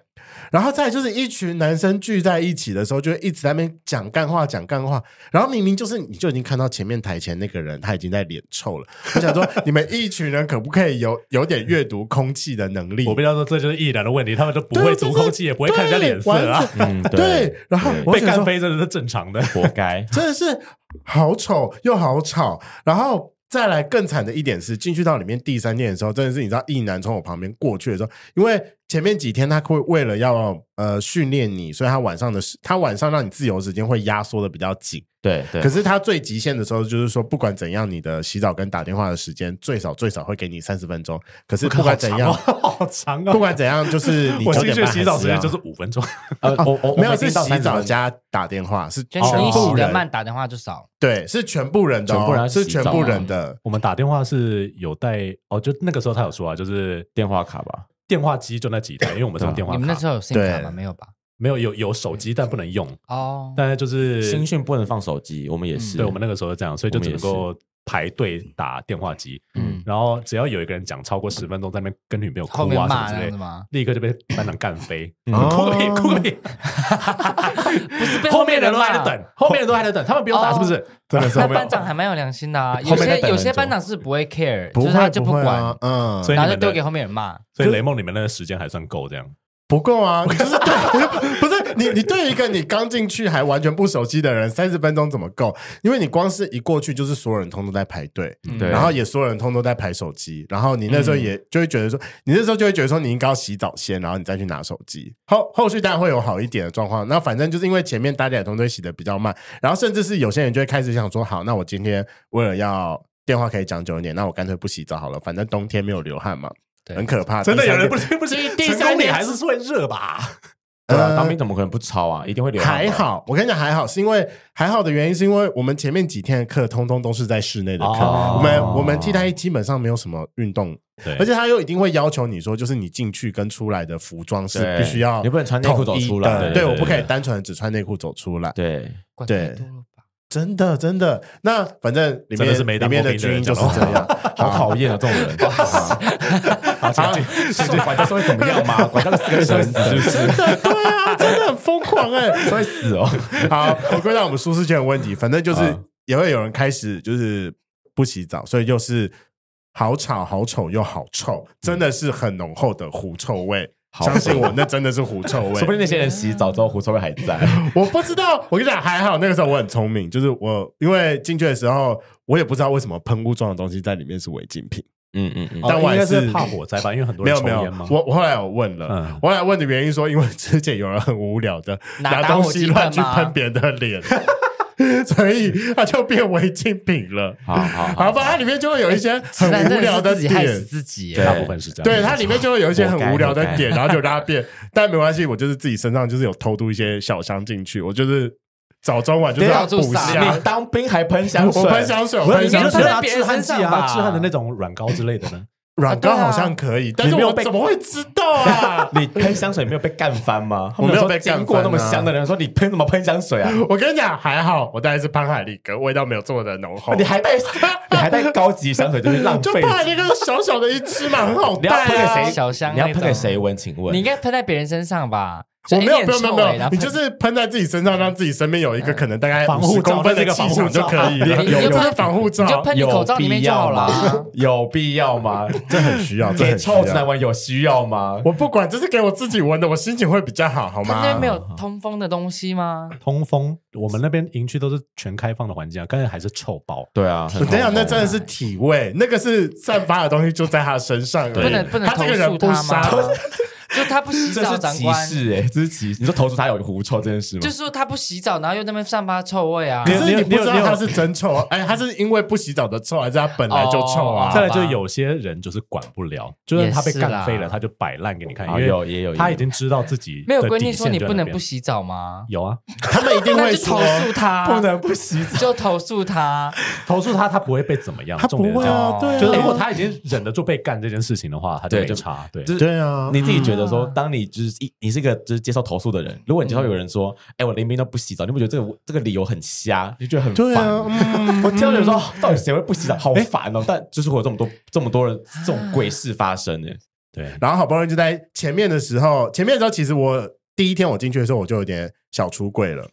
Speaker 1: 然后再来就是一群男生聚在一起的时候，就会一直在那边讲干话，讲干话。然后明明就是你就已经看到前面台前那个人他已经在脸臭了，我想 说你们一群人可不可以有有点阅读空气的能力？
Speaker 4: 我被他说这就是艺人的问题，他们就不
Speaker 1: 对
Speaker 4: 会
Speaker 1: 就是
Speaker 4: 读空气，也不会看人家脸色啊
Speaker 1: 对。完全
Speaker 3: 嗯对
Speaker 1: 对，然后我
Speaker 4: 被
Speaker 1: 想说
Speaker 4: 干飞真的是正常的。
Speaker 3: 活该。
Speaker 1: 真的是好丑又好吵。然后再来更惨的一点是，进去到里面第三天的时候，真的是你知道，一男从我旁边过去的时候，因为前面几天他会为了要呃训练你，所以他晚上的时他晚上让你自由时间会压缩的比较紧。
Speaker 3: 对对，
Speaker 1: 可
Speaker 3: 是
Speaker 1: 是他最极限的时候，就是说不管怎样，你的洗澡跟打电话的时间最少最少会给你三十分钟。可是不管怎样，
Speaker 4: 好长啊！
Speaker 1: 不管怎样，就是你
Speaker 4: 我
Speaker 1: 九
Speaker 4: 进
Speaker 1: 点
Speaker 4: 去
Speaker 1: 半还
Speaker 4: 洗澡
Speaker 1: 是
Speaker 4: 时间
Speaker 1: 要
Speaker 4: 就是五分钟，
Speaker 3: 呃， 我我
Speaker 1: 没有是洗
Speaker 3: 三
Speaker 1: 澡加打电话，是
Speaker 2: 就
Speaker 1: 全
Speaker 2: 你
Speaker 1: 部
Speaker 2: 洗
Speaker 1: 人
Speaker 2: 的慢，打电话就少。
Speaker 1: 对，是全部人的哦、
Speaker 3: 全部人要洗
Speaker 1: 是全部
Speaker 3: 澡
Speaker 1: 人的。
Speaker 4: 我们打电话是有带哦，就那个时候他有说啊，就是
Speaker 3: 电话卡吧。
Speaker 4: 电话机就那几台，因为我们是用电话
Speaker 2: 你们那时
Speaker 4: 卡。
Speaker 2: 候有 SIM 卡吗？
Speaker 1: 对
Speaker 2: 没有吧？
Speaker 4: 没有有有手机，但不能用，
Speaker 2: 哦，
Speaker 4: 但是就是
Speaker 3: 新训不能放手机，我们也是。
Speaker 4: 对我们那个时候是这样，所以就只能够排队打电话机。
Speaker 2: 嗯，
Speaker 4: 然后只要有一个人讲超过十分钟，在那边跟女朋友哭
Speaker 2: 后面
Speaker 4: 啊什
Speaker 2: 骂
Speaker 4: 么
Speaker 2: 这
Speaker 4: 之
Speaker 2: 样
Speaker 4: 类
Speaker 2: 子， 吗？
Speaker 4: 立刻就被班长干飞。
Speaker 1: 哦
Speaker 4: 哭个屁，哭个屁！
Speaker 2: 不哦是被
Speaker 4: 后
Speaker 2: 面
Speaker 4: 面人都还
Speaker 2: 骂哦
Speaker 4: 在等，后面人都还在等，他们不用打是不是？
Speaker 1: 真 的是
Speaker 2: 那
Speaker 1: 没有
Speaker 2: 班长还蛮有良心的啊，
Speaker 3: 后
Speaker 2: 有
Speaker 3: 面在
Speaker 2: 些
Speaker 3: 等
Speaker 2: 有些
Speaker 3: 人走
Speaker 2: 班长是不会 care，
Speaker 1: 不
Speaker 2: 就是他
Speaker 1: 会
Speaker 2: 就
Speaker 1: 不会
Speaker 2: 管，
Speaker 1: 啊，嗯，
Speaker 4: 所以
Speaker 2: 然
Speaker 4: 你
Speaker 2: 后
Speaker 4: 们
Speaker 2: 就丢给
Speaker 4: 的，
Speaker 2: 后面人骂。
Speaker 4: 所以雷梦你们那个时间还算够这样。
Speaker 1: 不够啊，你就是对， 不是你，你对一个你刚进去还完全不熟悉的人，三十分钟怎么够？因为你光是一过去，就是所有人通都在排队，
Speaker 3: 对
Speaker 1: 然后也所有人通都在排手机，然后你那时候
Speaker 4: 嗯
Speaker 1: 也就会觉得说，你那时候就会觉得说，你应该要洗澡先，然后你再去拿手机。后后续当然会有好一点的状况，那反正就是因为前面大家也通都洗的比较慢，然后甚至是有些人就会开始想说，好，那我今天为了要。电话可以讲久一点，那我干脆不洗澡好了，反正冬天没有流汗嘛，
Speaker 2: 对
Speaker 1: 很可怕。
Speaker 4: 真的
Speaker 1: 第
Speaker 4: 有
Speaker 1: 三天
Speaker 4: 人不是不是
Speaker 2: 第，第
Speaker 4: 成
Speaker 2: 三
Speaker 4: 功你
Speaker 2: 年
Speaker 4: 还是会热吧？
Speaker 3: 对啊
Speaker 1: 呃
Speaker 3: 当兵怎么可能不抄啊？一定会留。
Speaker 1: 还，好，我跟你讲还好，是因为还好的原因是因为我们前面几天的课通通都是在室内的课，
Speaker 4: 哦
Speaker 1: 我们 我们替代役基本上没有什么运动，
Speaker 4: 对，
Speaker 1: 而且他又一定会要求你说，就是你进去跟出来的服装是
Speaker 3: 对
Speaker 1: 必须要
Speaker 3: 你不能穿内裤走出来
Speaker 1: 统一的
Speaker 4: 对对
Speaker 1: 对，
Speaker 4: 对
Speaker 1: 我不可以单纯地只穿内裤走出来，
Speaker 3: 对，
Speaker 2: 管
Speaker 1: 对
Speaker 2: 太多了吧？
Speaker 1: 真的真的。那反正里
Speaker 4: 真
Speaker 1: 面
Speaker 4: 的是没
Speaker 1: 里
Speaker 4: 当
Speaker 1: 面
Speaker 4: 过
Speaker 1: 的
Speaker 4: 兵的
Speaker 1: 军
Speaker 4: 人
Speaker 1: 营就是
Speaker 4: 讲
Speaker 1: 这 样，
Speaker 3: 好讨厌啊，这种人。好，请进，请管教社会怎么样 嘛？管教了四个月社会死是不是？
Speaker 1: 真 的对啊，真的很疯狂哎、
Speaker 3: 社会死哦。
Speaker 1: 好，回归到我们舒适圈的问题，反正就是
Speaker 3: 嗯
Speaker 1: 也会有人开始就是不洗澡，所以就是好吵、好丑又好臭，真的是很浓厚的狐臭味。
Speaker 3: 好
Speaker 1: 相信我，那真的是狐臭
Speaker 3: 说不定
Speaker 1: 味。
Speaker 3: 那些人洗澡之后狐臭味还 在。
Speaker 4: 哦
Speaker 1: 我不知道，我跟你讲，还好那个时候我很聪明，就是我因为进去的时候，我也不知道为什么喷雾状的东西在里面是违禁品。
Speaker 3: 嗯嗯嗯。
Speaker 1: 但我还
Speaker 4: 应该
Speaker 1: 是
Speaker 4: 是怕火灾吧，因为很多
Speaker 1: 没
Speaker 4: 人
Speaker 1: 有
Speaker 4: 抽
Speaker 1: 没有
Speaker 4: 烟嘛，。
Speaker 1: 我我后来有问了，
Speaker 4: 嗯
Speaker 1: 我后来问的原因说，因为之前有人很无聊的
Speaker 2: 拿
Speaker 1: 拿
Speaker 2: 打
Speaker 1: 东
Speaker 2: 火
Speaker 1: 西
Speaker 2: 机
Speaker 1: 乱
Speaker 2: 喷
Speaker 1: 去
Speaker 2: 吗
Speaker 1: 喷别人的脸， 所以它就变违禁品了。
Speaker 3: 好好好，
Speaker 1: 好吧，它里面就会有一 些很
Speaker 2: 但真
Speaker 1: 无聊
Speaker 2: 是自己啊害死
Speaker 1: 点，
Speaker 2: 自己耶。
Speaker 3: 对
Speaker 4: 大部分是这样。
Speaker 1: 对，它里面就会有一些很无聊的
Speaker 3: 活该
Speaker 1: 点，然后就让它变。但没关系，我就是自己身上就是有偷渡一些小香进去，我就是早中晚就是要
Speaker 2: 到处
Speaker 1: 补
Speaker 2: 撒
Speaker 1: 香
Speaker 3: 你，当兵还喷香水？
Speaker 1: 我喷香水，我
Speaker 4: 不是，
Speaker 1: 喷
Speaker 4: 你就
Speaker 1: 香
Speaker 4: 是
Speaker 1: 水
Speaker 2: 喷，
Speaker 4: 拿
Speaker 2: 别
Speaker 4: 止
Speaker 2: 人
Speaker 4: 汗
Speaker 2: 身
Speaker 4: 剂
Speaker 2: 上吧
Speaker 4: 啊，止汗的那种软膏之类的呢。
Speaker 1: 软膏
Speaker 2: 啊对啊
Speaker 1: 好像可以，但是
Speaker 3: 你没有
Speaker 1: 我
Speaker 3: 被
Speaker 1: 怎么会知道啊？
Speaker 3: 你喷香水没有被干翻吗？
Speaker 1: 我没有被
Speaker 3: 他
Speaker 1: 干翻啊
Speaker 3: 们说经过那么香的人说你喷什么喷香 水啊？
Speaker 1: 我跟你讲，还好，我大概是潘海利哥，味道没有这么的浓厚。
Speaker 3: 哦啊你还带 你还带高级香水，就是浪
Speaker 1: 就
Speaker 3: 费。
Speaker 1: 怕那个小小的一支嘛，很好
Speaker 3: 你要
Speaker 1: 带
Speaker 3: 喷给
Speaker 1: 啊
Speaker 3: 谁？。
Speaker 2: 小香
Speaker 3: 你要
Speaker 2: 那
Speaker 3: 喷给
Speaker 2: 种
Speaker 3: 谁闻？请问
Speaker 2: 你应该喷在别人身上吧？
Speaker 1: 我没有，
Speaker 2: 就
Speaker 1: 没
Speaker 2: 一
Speaker 1: 有，
Speaker 2: 脸
Speaker 1: 没有，没
Speaker 2: 臭味
Speaker 1: 有
Speaker 2: 然，后
Speaker 1: 你
Speaker 2: 喷
Speaker 1: 就是欸喷在自己身上，让自己身边有一个可能大概
Speaker 4: 防护
Speaker 1: 50公
Speaker 4: 罩
Speaker 1: 分的
Speaker 4: 那个
Speaker 1: 气
Speaker 4: 防护
Speaker 1: 场就
Speaker 4: 罩
Speaker 1: 可以 了，
Speaker 2: 你就
Speaker 1: 有
Speaker 2: 喷
Speaker 1: 有防护罩
Speaker 2: 你就喷你口罩里面就好了啊。
Speaker 3: 有必要吗？
Speaker 1: 这很需要，啊这
Speaker 3: 给
Speaker 1: 很需
Speaker 3: 臭直男
Speaker 1: 要。
Speaker 3: 闻有需要吗？
Speaker 1: 我不管，这是给我自己闻的，我心情会比较好，好
Speaker 2: 他
Speaker 1: 吗
Speaker 2: 们那？边没有通风的东西吗？
Speaker 4: 通风，我们那边营区都是全开放的环境啊，刚才还是臭包。
Speaker 3: 对啊，
Speaker 1: 我跟你讲，那真
Speaker 3: 真
Speaker 1: 的是体味，那个是散发的东西就在他身上而已。
Speaker 2: 不能不能
Speaker 1: 他
Speaker 2: 投
Speaker 1: 这个人
Speaker 2: 诉
Speaker 1: 不
Speaker 2: 他
Speaker 1: 杀
Speaker 2: 吗，？就他不洗
Speaker 3: 这是
Speaker 2: 澡，长
Speaker 3: 歧
Speaker 2: 官
Speaker 3: 视哎，这是歧。你说投诉他有狐臭这件事吗？
Speaker 2: 就是说他不洗澡，然后又在那边散发臭味啊
Speaker 1: 可。是你不知
Speaker 4: 你有
Speaker 1: 道
Speaker 4: 你有
Speaker 1: 他是真臭，哎，他是因为不洗澡的臭，还是他本来就臭啊
Speaker 2: 哦？
Speaker 4: 再来就有些人就是管不了，就算他被干飞
Speaker 2: 也是
Speaker 4: 了，
Speaker 2: 啦
Speaker 4: 他就摆烂给你看，
Speaker 3: 啊
Speaker 4: 因为
Speaker 3: 有也有
Speaker 4: 他已经知道自己
Speaker 2: 没有
Speaker 4: 的
Speaker 2: 规
Speaker 4: 底
Speaker 2: 定说
Speaker 4: 线
Speaker 2: 你
Speaker 4: 就
Speaker 2: 不
Speaker 4: 在那
Speaker 2: 能
Speaker 4: 边
Speaker 2: 不洗澡吗？
Speaker 4: 有啊，
Speaker 1: 他们一定
Speaker 2: 那
Speaker 1: 会
Speaker 2: 就
Speaker 1: 说
Speaker 2: 投诉他，
Speaker 3: 不能不洗澡。
Speaker 2: 就投诉他。
Speaker 4: 投诉他，他不会被怎么样。
Speaker 1: 他
Speaker 4: 重
Speaker 1: 不
Speaker 4: 点是
Speaker 1: 会
Speaker 4: 这样
Speaker 1: 啊，
Speaker 2: 重
Speaker 1: 对啊，
Speaker 2: 点是
Speaker 3: 哎
Speaker 4: 就是如果他已经忍得住被干这件事情的话，他就
Speaker 3: 对
Speaker 4: 没
Speaker 3: 就
Speaker 4: 差。对，
Speaker 3: 就是
Speaker 1: 对啊
Speaker 3: 你自己觉得说，
Speaker 2: 嗯
Speaker 3: 当你就是一你是一个就是接受投诉的人，如果你接受有人说，哎，我临兵都不洗澡，你不觉得这个这个理由很瞎？你就觉得很
Speaker 1: 对啊哎
Speaker 3: 烦。我听到有人说，到底谁会不洗澡？好烦哦！但就是会有这么多这么多人这种鬼事发生呢。
Speaker 4: 对，
Speaker 1: 然后好不容易就在前面的时候，前面的时候其实我第一天我进去的时候我就有点小出柜了。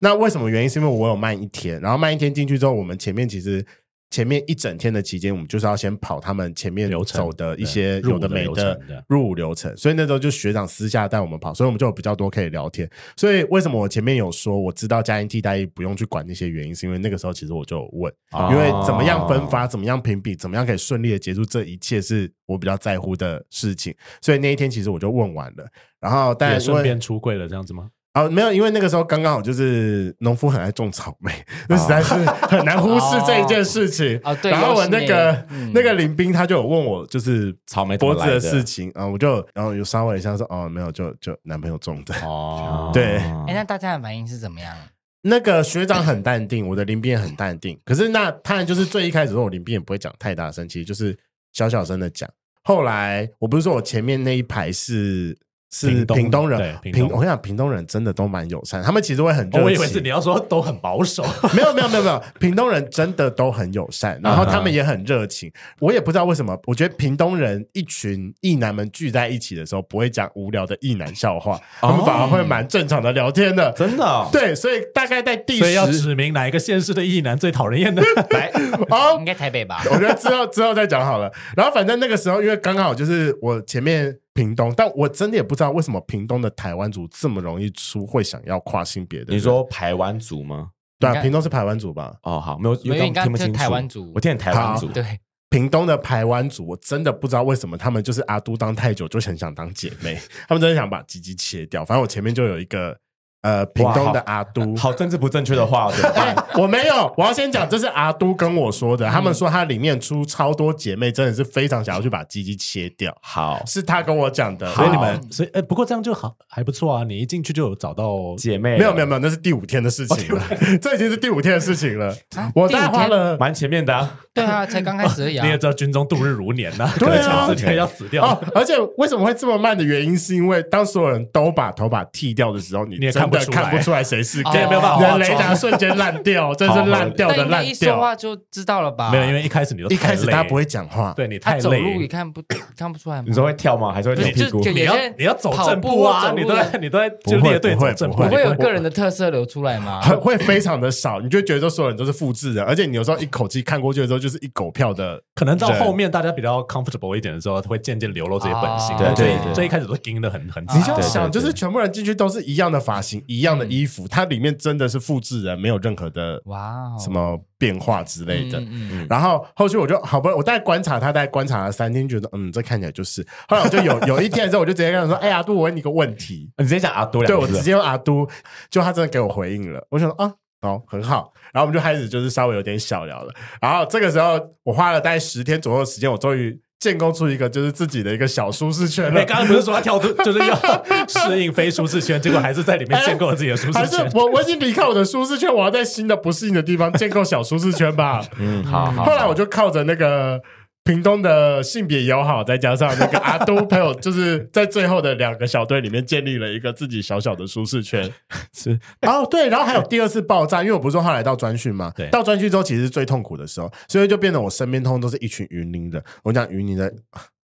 Speaker 1: 那为什么原因？是因为我有慢一天，然后慢一天进去之后，我们前面其实前面一整天的期间，我们就是要先跑他们前面
Speaker 4: 流程
Speaker 1: 走的一些
Speaker 4: 对
Speaker 1: 有的没
Speaker 4: 入伍的
Speaker 1: 的
Speaker 4: 流程对
Speaker 1: 入伍流程，所以那时候就学长私下带我们跑，所以我们就有比较多可以聊天。所以为什么我前面有说我知道家庭替代役不用去管那些原因，是因为那个时候其实我就有问，因为怎么样分发，怎么样评比，怎么样可以顺利的结束这一切，是我比较在乎的事情。所以那一天其实我就问完了，然后
Speaker 4: 也
Speaker 1: 但因
Speaker 4: 顺
Speaker 1: 为
Speaker 4: 便出柜了这样子吗？
Speaker 1: 啊、没有，因为那个时候刚刚好就是农夫很爱种草莓，那、实在是很难忽视这一件事情。
Speaker 2: 哦哦对
Speaker 1: 然后我那
Speaker 2: 又
Speaker 1: 个
Speaker 2: 是、你嗯
Speaker 1: 那个林兵他就有问我就是
Speaker 3: 草莓怎么
Speaker 1: 脖子的
Speaker 3: 来的
Speaker 1: 事情啊、我就然后有稍微一下说哦没有就就男朋友种的。
Speaker 4: 哦
Speaker 1: 对
Speaker 2: 哎，那大家的反应是怎么样？
Speaker 1: 那个学长很淡定，我的林斌也很淡定。可是那当然就是最一开始的时候，我林斌也不会讲太大声，其实就是小小声的讲。后来我不是说我前面那一排是是
Speaker 4: 屏东
Speaker 1: 屏东人，啊
Speaker 4: 对
Speaker 1: 屏
Speaker 4: 屏东
Speaker 1: 我跟你讲，屏东人真的都蛮友善，他们其实会很热
Speaker 4: 哦
Speaker 1: 情。
Speaker 4: 我以为是你要说都很保守，
Speaker 1: 没有没有没有没有，屏东人真的都很友善，然后
Speaker 4: 啊
Speaker 1: 他们也很热情。我也不知道为什么，我觉得屏东人一群异男们聚在一起的时候，不会讲无聊的异男笑话，他们反而会
Speaker 4: 哦
Speaker 1: 蛮正常的聊天的。
Speaker 3: 真的哦、
Speaker 1: 对，所以大概在第
Speaker 4: 所以要
Speaker 1: 十，
Speaker 4: 指明哪一个县市的异男最讨人厌的。
Speaker 1: 来哦
Speaker 2: 应，该台北吧？
Speaker 1: 我觉得之后之后再讲好了。然后反正那个时候，因为刚好就是我前面屏东，但我真的也不知道为什么屏东的台湾族这么容易出会想要跨性别的人。
Speaker 3: 你说台湾族吗？
Speaker 1: 对、
Speaker 2: 你
Speaker 1: 啊，
Speaker 2: 看
Speaker 1: 屏东是台湾族吧？
Speaker 3: 哦，好，没有，
Speaker 2: 没有
Speaker 3: 因为刚刚听不
Speaker 2: 你刚刚
Speaker 3: 清楚。
Speaker 2: 是台湾族
Speaker 3: 我听成台湾族。
Speaker 2: 对，
Speaker 1: 屏东的台湾族，我真的不知道为什么他们就是阿都当太久，就很想当姐妹， 他们真的想把鸡鸡切掉。反正我前面就有一个呃屏东的阿都，哎
Speaker 3: 好政治不正确的话怎么办？
Speaker 1: 我没有，我要先讲，这是阿都跟我说的，他们说他里面出超多姐妹，真的是非常想要去把鸡鸡切掉，
Speaker 3: 好，
Speaker 1: 是他跟我讲的。
Speaker 4: 所以你
Speaker 1: 好
Speaker 4: 们，所以呃，不过这样就好，还不错啊。你一进去就有找到，
Speaker 3: 姐妹
Speaker 1: 没有没有没有，那是第五天的事情了，这已经是第五天的事情了。我大概花了
Speaker 3: 有，蛮前面的、啊。
Speaker 2: 对啊，才刚开 始而已啊
Speaker 4: 你。也知道军中度日如年呐、啊，
Speaker 1: 对啊
Speaker 4: 四天要死掉。
Speaker 1: 哦，而且为什么会这么慢的原因，是因为当所有人都把头发剃掉的时候，你
Speaker 4: 你也
Speaker 1: 真
Speaker 4: 看
Speaker 1: 的
Speaker 4: 不出来
Speaker 1: 看不出来谁是 gay，
Speaker 2: 哦没有办法
Speaker 1: 你的
Speaker 4: 化妆
Speaker 1: 雷达瞬间烂掉，真是烂掉的
Speaker 2: 但应该
Speaker 1: 烂
Speaker 2: 一说
Speaker 1: 掉。
Speaker 2: 话就知道了吧？
Speaker 4: 没有，因为一开始你都
Speaker 1: 一开始
Speaker 4: 太累
Speaker 1: 大家不会讲话，
Speaker 4: 对你太
Speaker 2: 他
Speaker 4: 累，
Speaker 2: 走路也看不 看不出来吗
Speaker 3: 你？说会跳吗？还是会
Speaker 2: 不
Speaker 3: 扭
Speaker 2: 是
Speaker 3: 屁股
Speaker 2: 就？
Speaker 4: 你
Speaker 2: 有
Speaker 4: 要
Speaker 2: 些人
Speaker 4: 你要走正步啊，
Speaker 2: 跑步或走路
Speaker 4: 你都在你都在就
Speaker 1: 不会
Speaker 4: 列队
Speaker 1: 不会
Speaker 4: 走正
Speaker 1: 不
Speaker 4: 步，
Speaker 2: 不会有
Speaker 4: 你
Speaker 2: 个人的特色流出来 吗？
Speaker 1: 很会非常的少，你就觉得说所有人都是复制人，而且你有时候一口气看过去的时候，就是一狗票的。
Speaker 4: 可能到
Speaker 1: 人
Speaker 4: 后面大家比较 comfortable 一点的时候，会渐渐流露自己本性。
Speaker 2: 啊
Speaker 3: 对
Speaker 4: 所
Speaker 3: 对对
Speaker 4: 以所以一开始都盯得很很紧
Speaker 1: 你就要
Speaker 3: 对
Speaker 1: 想，
Speaker 3: 对
Speaker 1: 就是全部人进去都是一样的发型、一样的衣服，它里面真的是复制人，没有任何的
Speaker 2: 哇哦，
Speaker 1: 什么变化之类的。
Speaker 2: 嗯嗯嗯
Speaker 1: 然后后续我就好不容易，我大概观察他，大概观察了三天，觉得嗯，这看起来就是。后来我就有有一天的时候，我就直接跟他说：“哎呀，阿都，我问你个问题。
Speaker 4: 哎
Speaker 3: 你直接讲阿多”
Speaker 1: 对，
Speaker 3: 两
Speaker 1: 我
Speaker 3: 个字
Speaker 1: 直
Speaker 3: 啊。
Speaker 1: 接用阿都，就他真的给我回应了。我想说啊，哦，很好。然后我们就开始就是稍微有点小聊了。然后这个时候，我花了大概十天左右的时间，我终于建构出一个就是自己的一个小舒适圈了
Speaker 4: 哎你。刚刚不是说要跳出，就是要 适应非舒适圈，结果还是在里面建构了自己的舒
Speaker 1: 还
Speaker 4: 适
Speaker 1: 是
Speaker 4: 圈。
Speaker 1: 我我已经离开我的舒适圈，我要在新的不适应的地方建构小舒适圈吧。
Speaker 3: 嗯，好好。
Speaker 1: 后来我就靠着那个屏东的性别友好，再加上那个阿都朋友，就是在最后的两个小队里面建立了一个自己小小的舒适 圈。
Speaker 4: 是
Speaker 1: 哦，对，然后还有第二次爆炸，因为我不是说后来到专训嘛，
Speaker 4: 对
Speaker 1: 到专训之后其实是最痛苦的时候，所以就变得我身边通通都是一群云林人。我讲云林的。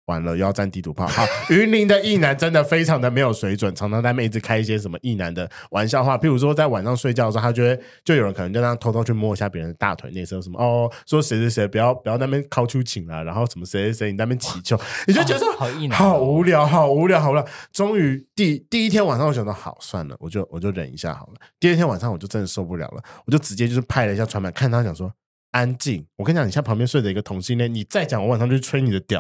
Speaker 1: 完了，又要占地图炮。好， 云林的异男真的非常的没有水准，常常在那边一直开一些什么异男的玩笑话，譬如说在晚上睡觉的时候，他就会就有人可能就让他偷偷去摸一下别人的大腿内侧，什么哦，说谁谁谁不要不要那边靠出请啦，然后什么谁谁谁你那边乞求，你就觉得说
Speaker 2: 哦好异男哦
Speaker 1: 好无聊，好无聊，好无聊。终于第第一天晚上，我想到好算了，我就我就忍一下好了。第二天晚上我就真的受不了了，我就直接就是拍了一下床板，看他讲说。安静！我跟你讲，你现在旁边睡着一个同性恋，你再讲，我晚上就去吹你的屌。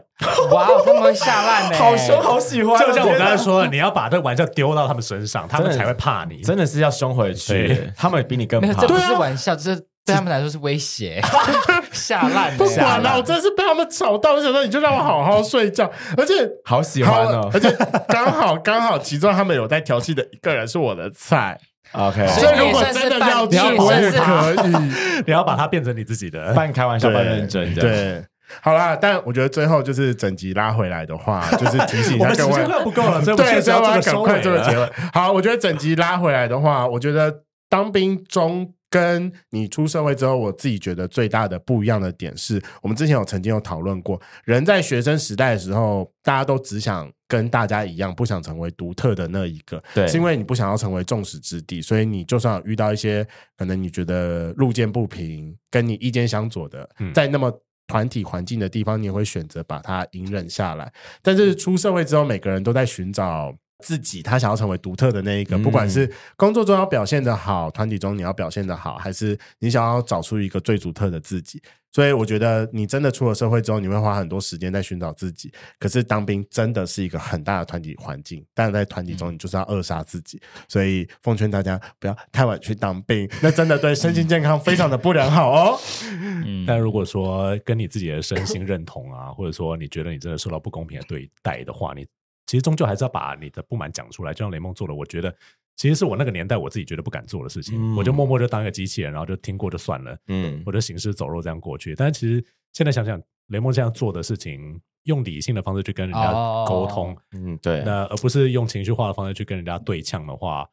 Speaker 2: 哇哦，他们会吓烂的，
Speaker 3: 好凶，好喜欢哦。
Speaker 4: 就像我
Speaker 3: 天
Speaker 4: 刚
Speaker 3: 哪
Speaker 4: 才说的，你要把这玩笑丢到他们身上，他们
Speaker 3: 真的
Speaker 4: 才会怕你。
Speaker 3: 真的是要凶回去
Speaker 4: 对，
Speaker 3: 他们比你更
Speaker 2: 没有，
Speaker 3: 怕
Speaker 2: 这。不是玩笑，这是对他们来说是威胁， 吓 烂欸
Speaker 1: 不
Speaker 2: 的，吓
Speaker 1: 管了，啊我
Speaker 2: 烂。
Speaker 1: 真的是被他们吵到，我想说你就让我好好睡觉。而且
Speaker 3: 好喜欢
Speaker 1: 好
Speaker 3: 哦
Speaker 1: 而。且刚好 刚好，其中他们有在调戏的一个人是我的菜，
Speaker 3: OK，
Speaker 2: 所
Speaker 1: 所以
Speaker 2: 以
Speaker 1: 如
Speaker 2: 你
Speaker 1: 果
Speaker 2: 也算
Speaker 1: 真
Speaker 2: 是
Speaker 1: 的
Speaker 2: 半
Speaker 1: 要
Speaker 2: 你
Speaker 1: 去，
Speaker 2: 也
Speaker 1: 我
Speaker 2: 算
Speaker 1: 也
Speaker 2: 是
Speaker 1: 可以。
Speaker 4: 你要把它变成你自己的。
Speaker 3: 半开玩笑，
Speaker 1: 对
Speaker 3: 半认 真的。，
Speaker 1: 对，好啦，但我觉得最后就是整集拉回来的话，就是提醒一 下
Speaker 4: 我们时
Speaker 1: 各
Speaker 4: 间快
Speaker 1: 位，
Speaker 4: 不够了，所以我们
Speaker 1: 对，
Speaker 4: 确实
Speaker 1: 所以
Speaker 4: 要
Speaker 1: 我
Speaker 4: 做
Speaker 1: 要赶
Speaker 4: 个收
Speaker 1: 快
Speaker 4: 尾
Speaker 1: 做个结
Speaker 4: 了。
Speaker 1: 尾。好，我觉得整集拉回来的话，我觉得当兵中。跟你出社会之后，我自己觉得最大的不一样的点是，我们之前有曾经有讨论过，人在学生时代的时候，大家都只想跟大家一样，不想成为独特的那一个，
Speaker 3: 对
Speaker 1: 是因为你不想要成为众矢之的，所以你就算有遇到一些可能你觉得路见不平、跟你意见相左的，
Speaker 4: 嗯
Speaker 1: 在那么团体环境的地方，你也会选择把它隐忍下来。但是出社会之后，每个人都在寻找。自己他想要成为独特的那一个，
Speaker 3: 嗯
Speaker 1: 不管是工作中要表现的好，团体中你要表现的好，还是你想要找出一个最独特的自己。所以我觉得你真的出了社会之后，你会花很多时间在寻找自己。可是当兵真的是一个很大的团体环境，但在团体中你就是要扼杀自己，所以奉劝大家不要太晚去当兵，那真的对身心健康非常的不良好哦。
Speaker 3: 嗯
Speaker 4: 但如果说跟你自己的身心认同啊，或者说你觉得你真的受到不公平的对待的话，你其实终究还是要把你的不满讲出来。就像雷梦做的，我觉得其实是我那个年代我自己觉得不敢做的事情，
Speaker 3: 嗯
Speaker 4: 我就默默就当一个机器人，然后就听过就算了，
Speaker 3: 嗯，
Speaker 4: 我就行尸走肉这样过去。但其实现在想想，雷梦这样做的事情。用理性的方式去跟人家
Speaker 2: 哦
Speaker 4: 沟通，
Speaker 3: 嗯，对，
Speaker 4: 那而不是用情绪化的方式去跟人家对呛的话，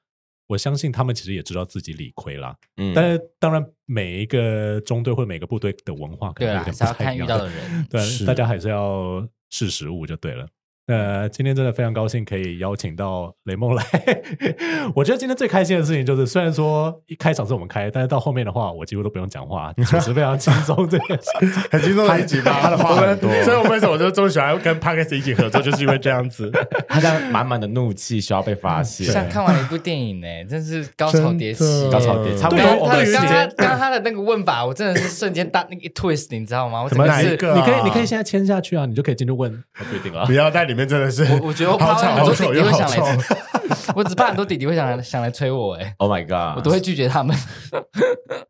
Speaker 4: 我相信他们其实也知道自己理亏啦。
Speaker 3: 嗯
Speaker 4: 但是当然，每一个中队或每个部队的文化可
Speaker 2: 对
Speaker 4: 能
Speaker 2: 啦，还
Speaker 4: 有点
Speaker 2: 是
Speaker 4: 不
Speaker 2: 要
Speaker 4: 太
Speaker 2: 看
Speaker 4: 一
Speaker 2: 遇
Speaker 4: 样，
Speaker 2: 到的人。
Speaker 1: 是
Speaker 4: 对，大家还是要识时务就对了。呃，今天真的非常高兴可以邀请到雷梦来。 我觉得今天最开心的事情就是，虽然说一开场是我们开，但是到后面的话，我几乎都不用讲 话，主持非常轻松这件事情。
Speaker 1: 很轻松的一集吧，
Speaker 3: 他的话
Speaker 1: 我们
Speaker 3: 很多
Speaker 1: 所以我们为什么就这么喜欢跟 Parkes 一起合作，就是因为这样子。
Speaker 3: 他这样满满的怒气需要被发泄，
Speaker 2: 像看完一部电影呢、真是高潮迭
Speaker 1: 真
Speaker 2: 起，
Speaker 1: 的
Speaker 3: 高潮迭起差不
Speaker 2: 对
Speaker 3: 多
Speaker 2: 啊，
Speaker 3: 我
Speaker 2: 他
Speaker 3: 们
Speaker 2: 的刚
Speaker 3: 时
Speaker 2: 刚
Speaker 3: 间
Speaker 2: 刚刚他的那个问法，我真的是瞬间大那个一 twist，你知道吗？我
Speaker 1: 怎
Speaker 2: 怎
Speaker 1: 么
Speaker 2: 么
Speaker 1: 哪一
Speaker 2: 是？
Speaker 1: 个啊
Speaker 4: 你可以，你可以现在签下去啊，你就可以进去问。我不一定啊
Speaker 1: 不，要在里面真的是，
Speaker 2: 我我觉得我
Speaker 1: 好
Speaker 2: 怕
Speaker 1: 吵
Speaker 2: 很
Speaker 1: 好
Speaker 2: 多
Speaker 1: 丑
Speaker 2: 弟弟
Speaker 1: 又
Speaker 2: 会
Speaker 1: 好
Speaker 2: 想
Speaker 1: 臭。
Speaker 2: 来，我只怕很多弟弟会想来想来催我、哎，
Speaker 3: Oh my god！
Speaker 2: 我都会拒绝他们。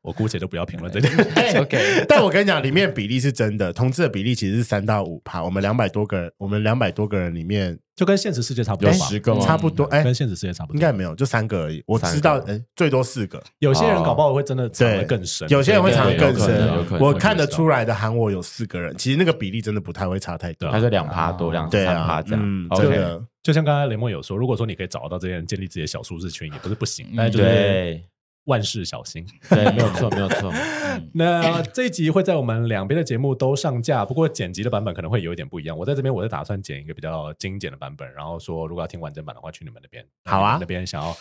Speaker 4: 我姑且都不要评论这件
Speaker 2: OK，
Speaker 1: 但我跟你讲，里面比例是真的，同志的比例其实是三到五趴。我们两百多个人，我们两百多个人里面
Speaker 4: 就跟现实世界差不
Speaker 3: 有
Speaker 4: 多吧，
Speaker 3: 十个吗？
Speaker 1: 差不多，哎、
Speaker 4: 跟现实世界差不多。
Speaker 1: 应该没有，就三个而已。我知道，
Speaker 3: 三个
Speaker 1: 哎、最多四个。
Speaker 4: 有些人搞不好会真的藏得更深，
Speaker 1: 有些人会藏得更
Speaker 3: 对对
Speaker 1: 深
Speaker 3: 对哦有可能有可能。
Speaker 1: 我看得出来的喊我有四个人，其实那个比例真的不太会差太多。
Speaker 3: 他是两趴多，两
Speaker 1: 对
Speaker 3: 三趴
Speaker 1: 啊，
Speaker 3: 这样
Speaker 1: 嗯，。真
Speaker 3: OK，
Speaker 1: 的，
Speaker 4: 就像刚才雷梦有说，如果说你可以找到这些人，建立自己的小舒适圈，也不是不行，
Speaker 2: 嗯
Speaker 4: 但是就是
Speaker 3: 对
Speaker 4: 万事小心。
Speaker 3: 对，没有错，没有错。嗯
Speaker 4: 那这一集会在我们两边的节目都上架，不过剪辑的版本可能会有一点不一样。我在这边我是打算剪一个比较精简的版本，然后说如果要听完整版的话，去你们那边。
Speaker 1: 好啊
Speaker 4: 你们那边想要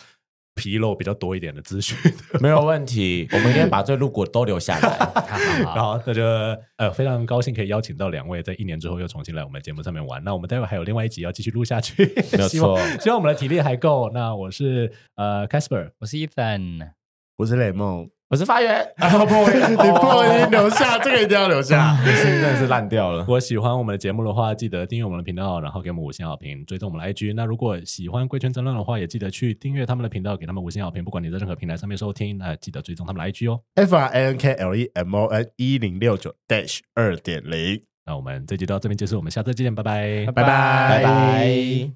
Speaker 4: 披露比较多一点的资讯，
Speaker 3: 没有问题，我们今天把最露骨的都留下 来。
Speaker 2: 好好
Speaker 4: 然
Speaker 2: 好，
Speaker 4: 后那就呃非常高兴可以邀请到两位，在一年之后又重新来我们节目上面玩。那我们待会还有另外一集要继续录下去，
Speaker 3: 没有
Speaker 4: 希望
Speaker 3: 错
Speaker 4: 希望我们的体力还够。那我是呃 Casper，
Speaker 2: 我是 Ethan，
Speaker 1: 我是雷梦。
Speaker 3: 我是发源，
Speaker 1: 啊不，你不能留下，这个一定要留下。
Speaker 3: 声音真的是烂掉了。
Speaker 4: 我喜欢我们的节目的话，记得订阅我们的频道，然后给我们五星好评，追踪我们的 IG。那如果喜欢贵圈争论的话，也记得去订阅他们的频道，给他们五星好评。不管你在任何平台上面收听，那记得追踪他们的 IG 哦。
Speaker 1: F R A N K L E M O N 一零六九 dash 二点零。
Speaker 4: 那我们这集到这边结束，我们下次再见，拜拜。
Speaker 1: 拜
Speaker 3: 拜拜。